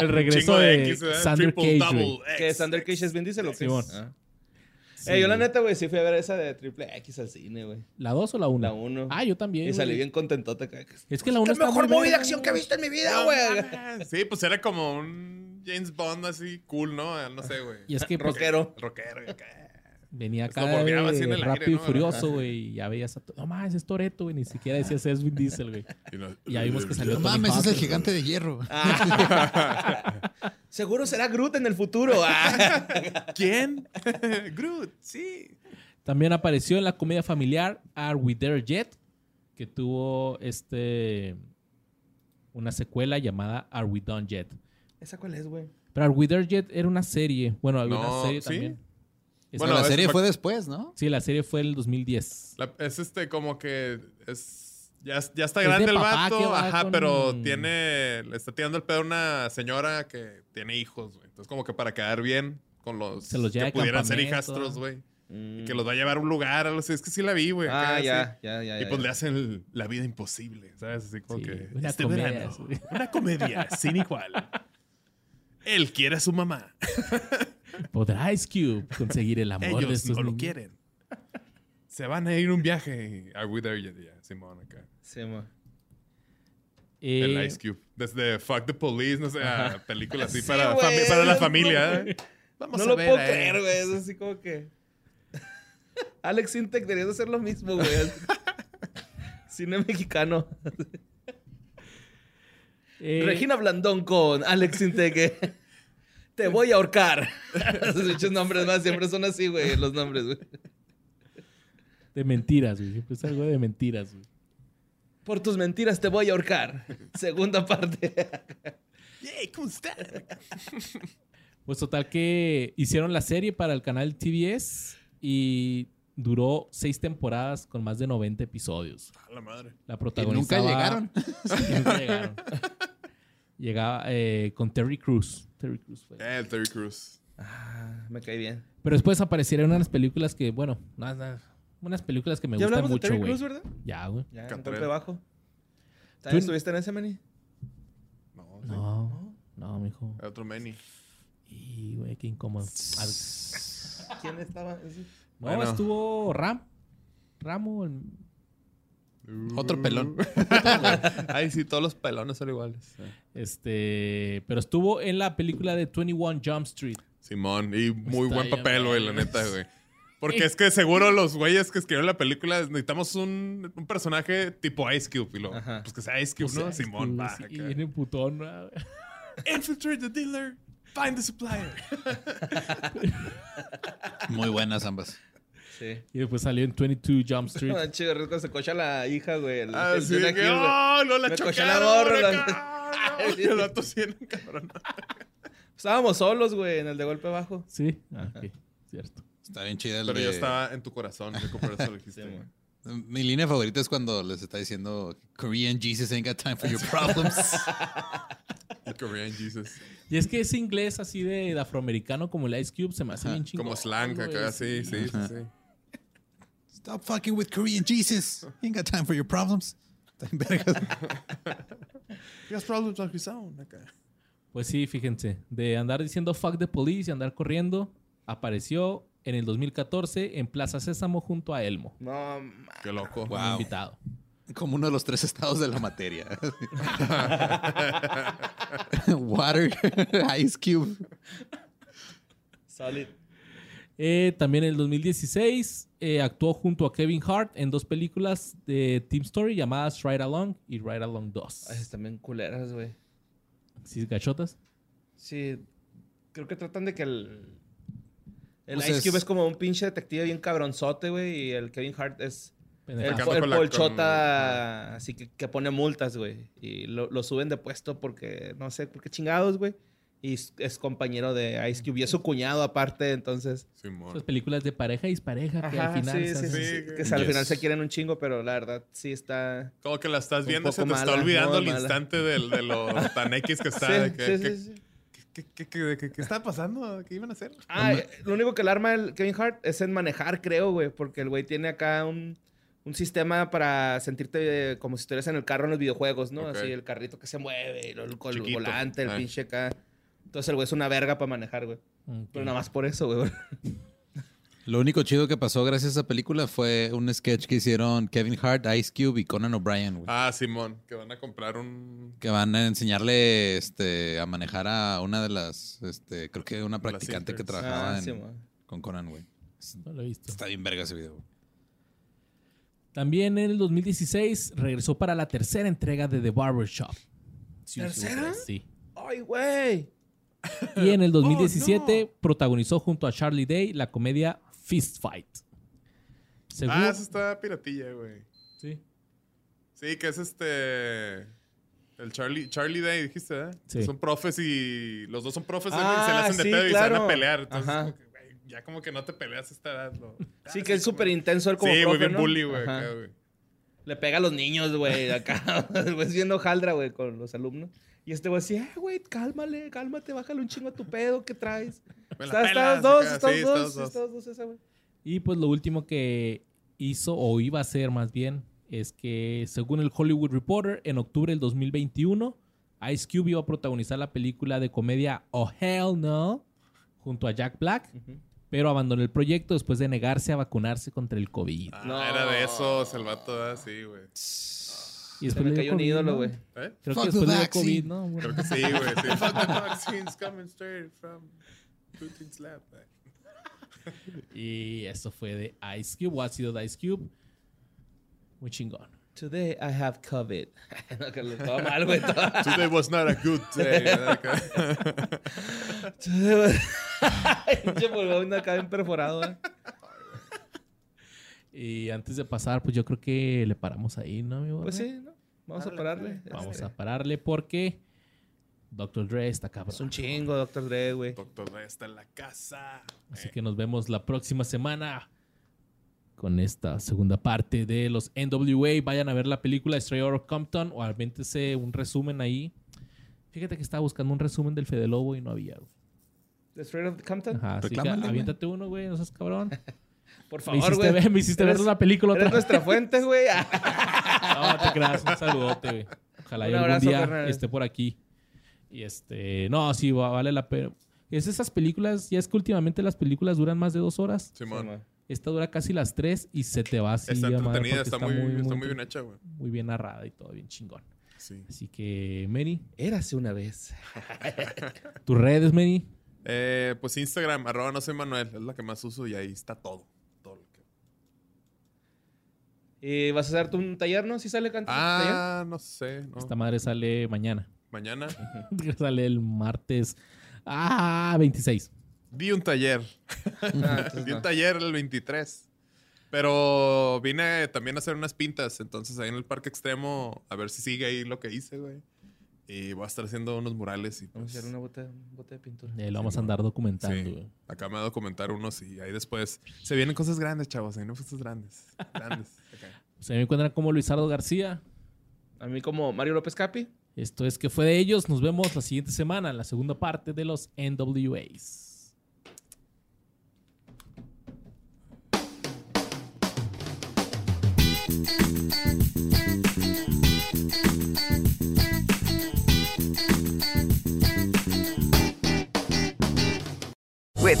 S2: el regreso
S5: Chingo de
S2: de,
S5: X, ¿verdad?
S2: Sander Cage,
S5: Triple double
S2: güey.
S5: X.
S3: Que Sander Kish es bien dice lo que
S2: Simón.
S3: es.
S2: Sí.
S3: Eh, yo la neta, güey, sí fui a ver esa de Triple X al cine, güey.
S2: ¿La 2 o la 1?
S3: La uno.
S2: Ah, yo también.
S3: Y salí
S2: güey.
S3: bien contentota. acá.
S2: Es que la 1
S3: Es
S2: está
S3: la mejor
S2: muy
S3: movie de
S2: verga,
S3: acción que he
S2: güey.
S3: visto en mi vida,
S5: No
S3: güey.
S5: mames. Sí, pues era como un James Bond así cool, ¿no? No sé, güey.
S2: Y es que pues,
S3: Rockero.
S5: Rockero. y acá.
S2: Venía
S5: Pues lo
S2: acá
S5: bordeaba así en
S2: de
S5: el aire,
S2: rápido y
S5: ¿no?
S2: furioso, güey. Y ya veías a... to- No mames, es Toreto, güey. Ni siquiera decías es Vin Diesel, güey.
S5: Y no-
S2: Ya vimos que salió
S7: No
S2: Tony
S7: mames, es
S2: Hawk,
S7: el
S2: güey.
S7: gigante de hierro.
S3: Ah. Seguro será Groot en el futuro. Ah.
S5: ¿Quién? Groot, sí.
S2: También apareció en la comedia familiar Are We There Yet? Que tuvo este... Una secuela llamada Are We Done Yet?
S3: ¿Esa cuál es, güey?
S2: Pero Are We There Yet era una serie. Bueno, había
S5: No,
S2: una serie
S5: ¿sí?
S2: también. Es-
S5: Bueno,
S7: la
S5: es-
S7: serie fue después, ¿no?
S2: Sí, la serie fue el 2010.
S5: La- es este como que es ya, ya está
S2: Es de
S5: grande el
S2: papá que
S5: vato,
S2: va
S5: ajá,
S2: con-
S5: pero tiene le está tirando el pedo a una señora que tiene hijos, güey. Entonces como que para quedar bien con los
S2: Se los lleva
S5: que
S2: de
S5: pudieran ser
S2: campamento.
S5: hijastros, güey, y que los va a llevar a un lugar, algo así. Es que sí la vi, güey. acá,
S3: Mm. Ah,
S5: así.
S3: ya, ya, ya.
S5: Y
S3: ya,
S5: pues
S3: ya.
S5: le hacen el- la vida imposible, ¿sabes? Así como
S2: Sí,
S5: que
S2: una
S5: este
S2: comedia,
S5: verano,
S2: sí.
S5: una comedia sin igual. Él quiere a su mamá,
S2: ¿Podrá Ice Cube conseguir el amor de
S5: ellos
S2: estos
S5: no lo
S2: niños?
S5: quieren. Se van a ir a un viaje. Are we there yet? Yeah, Simón acá.
S3: Sí, mo.
S2: Eh,
S5: El Ice Cube. Desde Fuck the Police, no sé, a películas así
S3: Sí,
S5: para,
S3: güey,
S5: fami- para la
S3: no-
S5: familia. ¿eh? Vamos
S3: No
S5: a
S3: lo
S5: ver eh.
S3: puedo
S5: a
S3: creer,
S5: él.
S3: güey. Es así como que. Alex Sintek debería de hacer lo mismo, güey. Cine mexicano.
S2: eh,
S3: Regina Blandón con Alex Sintek. Te voy a ahorcar. Esos dichos nombres más siempre son así, güey. Los nombres, güey.
S2: De mentiras, güey. Siempre es algo de mentiras, güey.
S3: Por tus mentiras te voy a ahorcar. Segunda parte.
S5: Yay, ¿cómo está?
S2: Pues total que hicieron la serie para el canal TBS y duró seis temporadas con más de 90 episodios.
S5: A la madre.
S2: La
S7: Y
S2: protagonista
S7: nunca llegaron.
S2: nunca llegaron. Llegaba eh, con Terry Crews. Terry Crews fue.
S5: Eh, el Terry Crews.
S3: Ah, me caí bien.
S2: Pero después aparecieron unas películas que, bueno, unas, unas películas que me
S3: ya
S2: gustan
S3: hablamos de
S2: mucho,
S3: Terry
S2: güey.
S3: Crews, ¿verdad?
S2: Ya, güey.
S3: Ya,
S5: Cantarel.
S3: golpe bajo.
S2: Tú-
S3: ¿También estuviste en ese, Manny?
S5: No, sí.
S2: No, no, mijo.
S5: El Otro Manny.
S2: Y, güey, qué incómodo. Al-
S3: ¿Quién estaba? Ese?
S2: No,
S5: Bueno.
S2: estuvo Ram. Ramo. el-
S6: Otro pelón.
S5: Ay, sí, todos los pelones son iguales. eh.
S2: Este. Pero estuvo en la película de 21 Jump Street.
S5: Simón, y muy
S2: Está
S5: buen
S2: bien,
S5: papel, güey, la
S2: güey.
S5: neta, güey. Porque es que seguro los güeyes que escribieron la película necesitamos un, un personaje tipo Ice Cube. Y luego,
S3: Ajá.
S5: pues que sea Ice Cube, ¿no? Simón, va.
S2: Sí, Y
S5: acá.
S2: viene putón. ¿no?
S5: Infiltrate the dealer, find the supplier.
S6: Muy buenas ambas.
S3: Sí.
S2: Y después salió en 22 Jump Street.
S3: No, chido, rico, se cocha la hija, güey. El,
S5: Ah,
S3: el
S5: sí,
S3: Jonah
S5: de que,
S3: Hill, güey.
S5: oh, no la
S3: Me cogió
S5: chocaron,
S3: la gorra,
S5: la
S3: la-
S5: cagaron". Y el vato siendo cabrón.
S3: Estábamos solos, güey, en el de golpe bajo.
S2: Sí. Ah, ok. Cierto.
S6: Está bien chida el
S5: Pero
S6: de-
S5: yo estaba en tu corazón, yo por eso lo dijiste.
S3: Sí,
S5: güey.
S3: mo.
S6: Mi línea favorita es cuando les está diciendo Korean Jesus ain't got time for your problems.
S5: El Korean Jesus.
S2: Y es que ese inglés así de, de afroamericano como el Ice Cube se me hace
S6: Ajá,
S2: bien chingón.
S5: Como slang
S2: güey.
S5: acá, sí, sí, sí. sí.
S6: Stop fucking with Korean Jesus. Ain't got time for your problems. Está en vergas.
S5: Tienes problemas on his own acá.
S2: Pues sí, fíjense. De andar diciendo fuck the police y andar corriendo, apareció en el 2014 en Plaza Sésamo junto a Elmo.
S3: No, ma-
S5: Qué loco.
S2: como
S6: Wow.
S2: Invitado.
S6: Como uno de los tres estados de la materia. Water, Ice Cube.
S3: solid.
S2: Eh, también en el 2016 eh, actuó junto a Kevin Hart en dos películas de Team Story llamadas Ride Along y Ride Along 2.
S3: Ay, están bien culeras, güey.
S2: ¿Sí, gachotas?
S3: Sí, creo que tratan de que el... El
S6: Pues
S3: Ice
S6: es-
S3: Cube es como un pinche detective bien cabronzote, güey. Y el Kevin Hart es el,
S2: Pendejadas.
S5: Acá
S3: po-
S5: con
S3: el
S5: la-
S3: polchota, así que, que pone multas, güey. Y lo, lo suben de puesto porque, no sé, porque chingados, güey. Y es, es compañero de Ice Cube. Y es su cuñado aparte, entonces...
S2: Esas
S5: Simón.
S2: películas de pareja y pareja que al final...
S3: sí,
S2: se
S3: sí,
S2: hacen-
S3: sí,
S5: sí,
S3: sí,
S5: güey.
S3: Que al final
S6: Yes.
S3: se quieren un chingo, pero la verdad sí está...
S5: Como que la estás
S3: Un
S5: viendo, se te
S3: poco
S5: está
S3: mala,
S5: olvidando
S3: muy
S5: el
S3: mala.
S5: instante del- de lo tan X que está.
S3: Sí,
S5: de que-
S3: sí,
S5: que-
S3: sí, sí.
S5: ¿Qué, qué, qué- de qué- qué estaba pasando? ¿Qué iban a hacer?
S3: Ah, eh, lo único que le arma el Kevin Hart es en manejar, creo, güey. Porque el güey tiene acá un, un sistema para sentirte eh, como si estuvieras en el carro en los videojuegos, ¿no?
S5: Ok.
S3: Así el carrito que se mueve, y luego el, col-
S5: Chiquito.
S3: volante, el
S5: Ah.
S3: pinche acá. Entonces el güey es una verga para manejar, güey.
S2: Mm, Ok.
S3: Pero nada más por eso, güey.
S6: Lo único chido que pasó gracias a esa película fue un sketch que hicieron Kevin Hart, Ice Cube y Conan O'Brien, güey.
S5: Ah, Simón, que van a comprar un.
S6: Que van a enseñarle este, a manejar a una de las, este, creo que una practicante que
S5: interns.
S6: trabajaba
S3: Ah,
S6: en-
S3: sí, mo.
S6: con Conan, güey.
S2: No lo he visto.
S6: Está bien verga ese video.
S2: También en el 2016 regresó para la tercera entrega de The Barbershop.
S3: ¿Tercera?
S2: Sí.
S3: ¡Ay, güey!
S2: Y en el 2017 protagonizó junto a Charlie Day la comedia Fist Fight. Según-
S5: Ah, esa está piratilla, güey.
S2: sí.
S5: Sí, que es este. El Charlie, Charlie Day, dijiste, ¿eh?
S2: Sí.
S5: Son profes y. Los dos son profes güey,
S3: Ah,
S5: y se le hacen de
S3: sí,
S5: pedo y se van
S3: claro.
S5: a pelear. Entonces,
S3: Ajá.
S5: como que, güey, ya como que no te peleas a esta edad. Lo...
S3: Sí, que es súper intenso él como
S5: Ah, sí,
S3: profe,
S5: güey, bien
S3: ¿no?
S5: bully, güey.
S3: Ajá.
S5: acá, güey.
S3: Le pega a los niños, güey, acá. Es viendo hojaldra, güey, con los alumnos. Y este güey así, ah, güey, cálmale, cálmate, bájale un chingo a tu pedo, ¿qué traes?
S5: Me la
S3: Estás
S5: pelas,
S3: estás dos,
S5: acá.
S3: estás
S5: Sí,
S3: dos, estás dos esa, güey.
S2: Y pues lo último que hizo, o iba a hacer más bien, es que según el Hollywood Reporter, en octubre del 2021, Ice Cube iba a protagonizar la película de comedia Oh Hell No junto a Jack Black, pero abandonó el proyecto después de negarse a vacunarse contra el COVID.
S5: Ah,
S3: No.
S5: Era de esos, el vato, ah, sí, güey.
S2: y
S3: Se
S2: después le
S3: me
S2: dio
S3: cayó un
S2: COVID,
S3: ídolo,
S2: ¿no?
S3: güey.
S5: ¿Eh?
S2: Creo
S6: Fuck
S2: que
S6: the
S2: después le dio
S6: vaccine.
S2: COVID, ¿no?
S5: Creo que sí, güey. Sí. Fuck the vaccines coming straight from Putin's lab. güey.
S2: Y eso fue de Ice Cube, o ha sido de Ice Cube. Muy chingón.
S3: Today I have COVID. No, que lo- todo mal, güey. todo-
S5: Today was not a good day. Acá.
S3: Today- Pinche pulmón acá bien perforado, ¿eh? güey.
S2: Y antes de pasar, pues yo creo que le paramos ahí, ¿no, amigo?
S3: Pues sí, ¿no? Vamos a pararle.
S2: Vamos
S3: Este,
S2: a pararle porque Dr. Dre está cabrón.
S3: Es un chingo, Doctor Dre, güey.
S5: Doctor Ray está en la casa. Eh,
S2: Así que nos vemos la próxima semana con esta segunda parte de los NWA. Vayan a ver la película Stray Out of Compton o avéntese un resumen ahí. Fíjate que estaba buscando un resumen del Fede Lobo y no había. güey.
S3: The Straight of Compton.
S2: Ajá, así que
S6: Reclámale, güey.
S2: aviéntate uno, güey, no seas cabrón.
S3: Por
S2: Me
S3: favor,
S2: hiciste,
S3: güey.
S2: ver, me hiciste ver
S3: Eres-
S2: una película otra
S3: Eres
S2: vez.
S3: nuestra fuente, güey. Ah,
S2: No, te creas. Un saludote, güey. Ojalá
S3: Un
S2: yo algún
S3: abrazo,
S2: día
S3: carnal.
S2: esté por aquí. Y este... No, sí, va- vale la pena. Es esas películas... Ya es que últimamente las películas duran más de dos horas.
S5: Simón.
S2: Esta dura casi las tres y se te va así.
S5: está
S2: a madre,
S5: entretenida,
S2: porque
S5: está, muy, está muy
S2: muy
S5: bien hecha, güey.
S2: muy bien narrada y todo bien chingón.
S5: Sí.
S2: Así que, Mary,
S3: Érase una vez.
S2: tus redes, Mary.
S5: Eh, pues Instagram, arroba no soy Manuel, es la que más uso y ahí está todo. todo lo que-
S3: ¿Y vas a hacerte un taller, no? ¿Sí sale cantando?
S5: Ah, no sé. no.
S2: Esta madre sale mañana.
S5: Mañana
S2: sale el martes. Ah, 26.
S5: di un taller.
S3: Ah,
S5: di un taller el 23. Pero vine también a hacer unas pintas, entonces ahí en el Parque Extremo, a ver si sigue ahí lo que hice, güey. Y voy a estar haciendo unos murales y
S3: Vamos a
S5: pues,
S3: hacer una bota, un bote de pintura.
S2: Y ahí lo vamos a andar documentando.
S5: Sí.
S2: güey.
S5: acá me voy a documentar unos y ahí después se vienen cosas grandes, chavos, se vienen cosas grandes, grandes. acá.
S2: Se me encuentran como Luisardo García.
S3: A mí como Mario López Capi.
S2: Esto es que fue de ellos. Nos vemos la siguiente semana en la segunda parte de los NWAs.
S7: With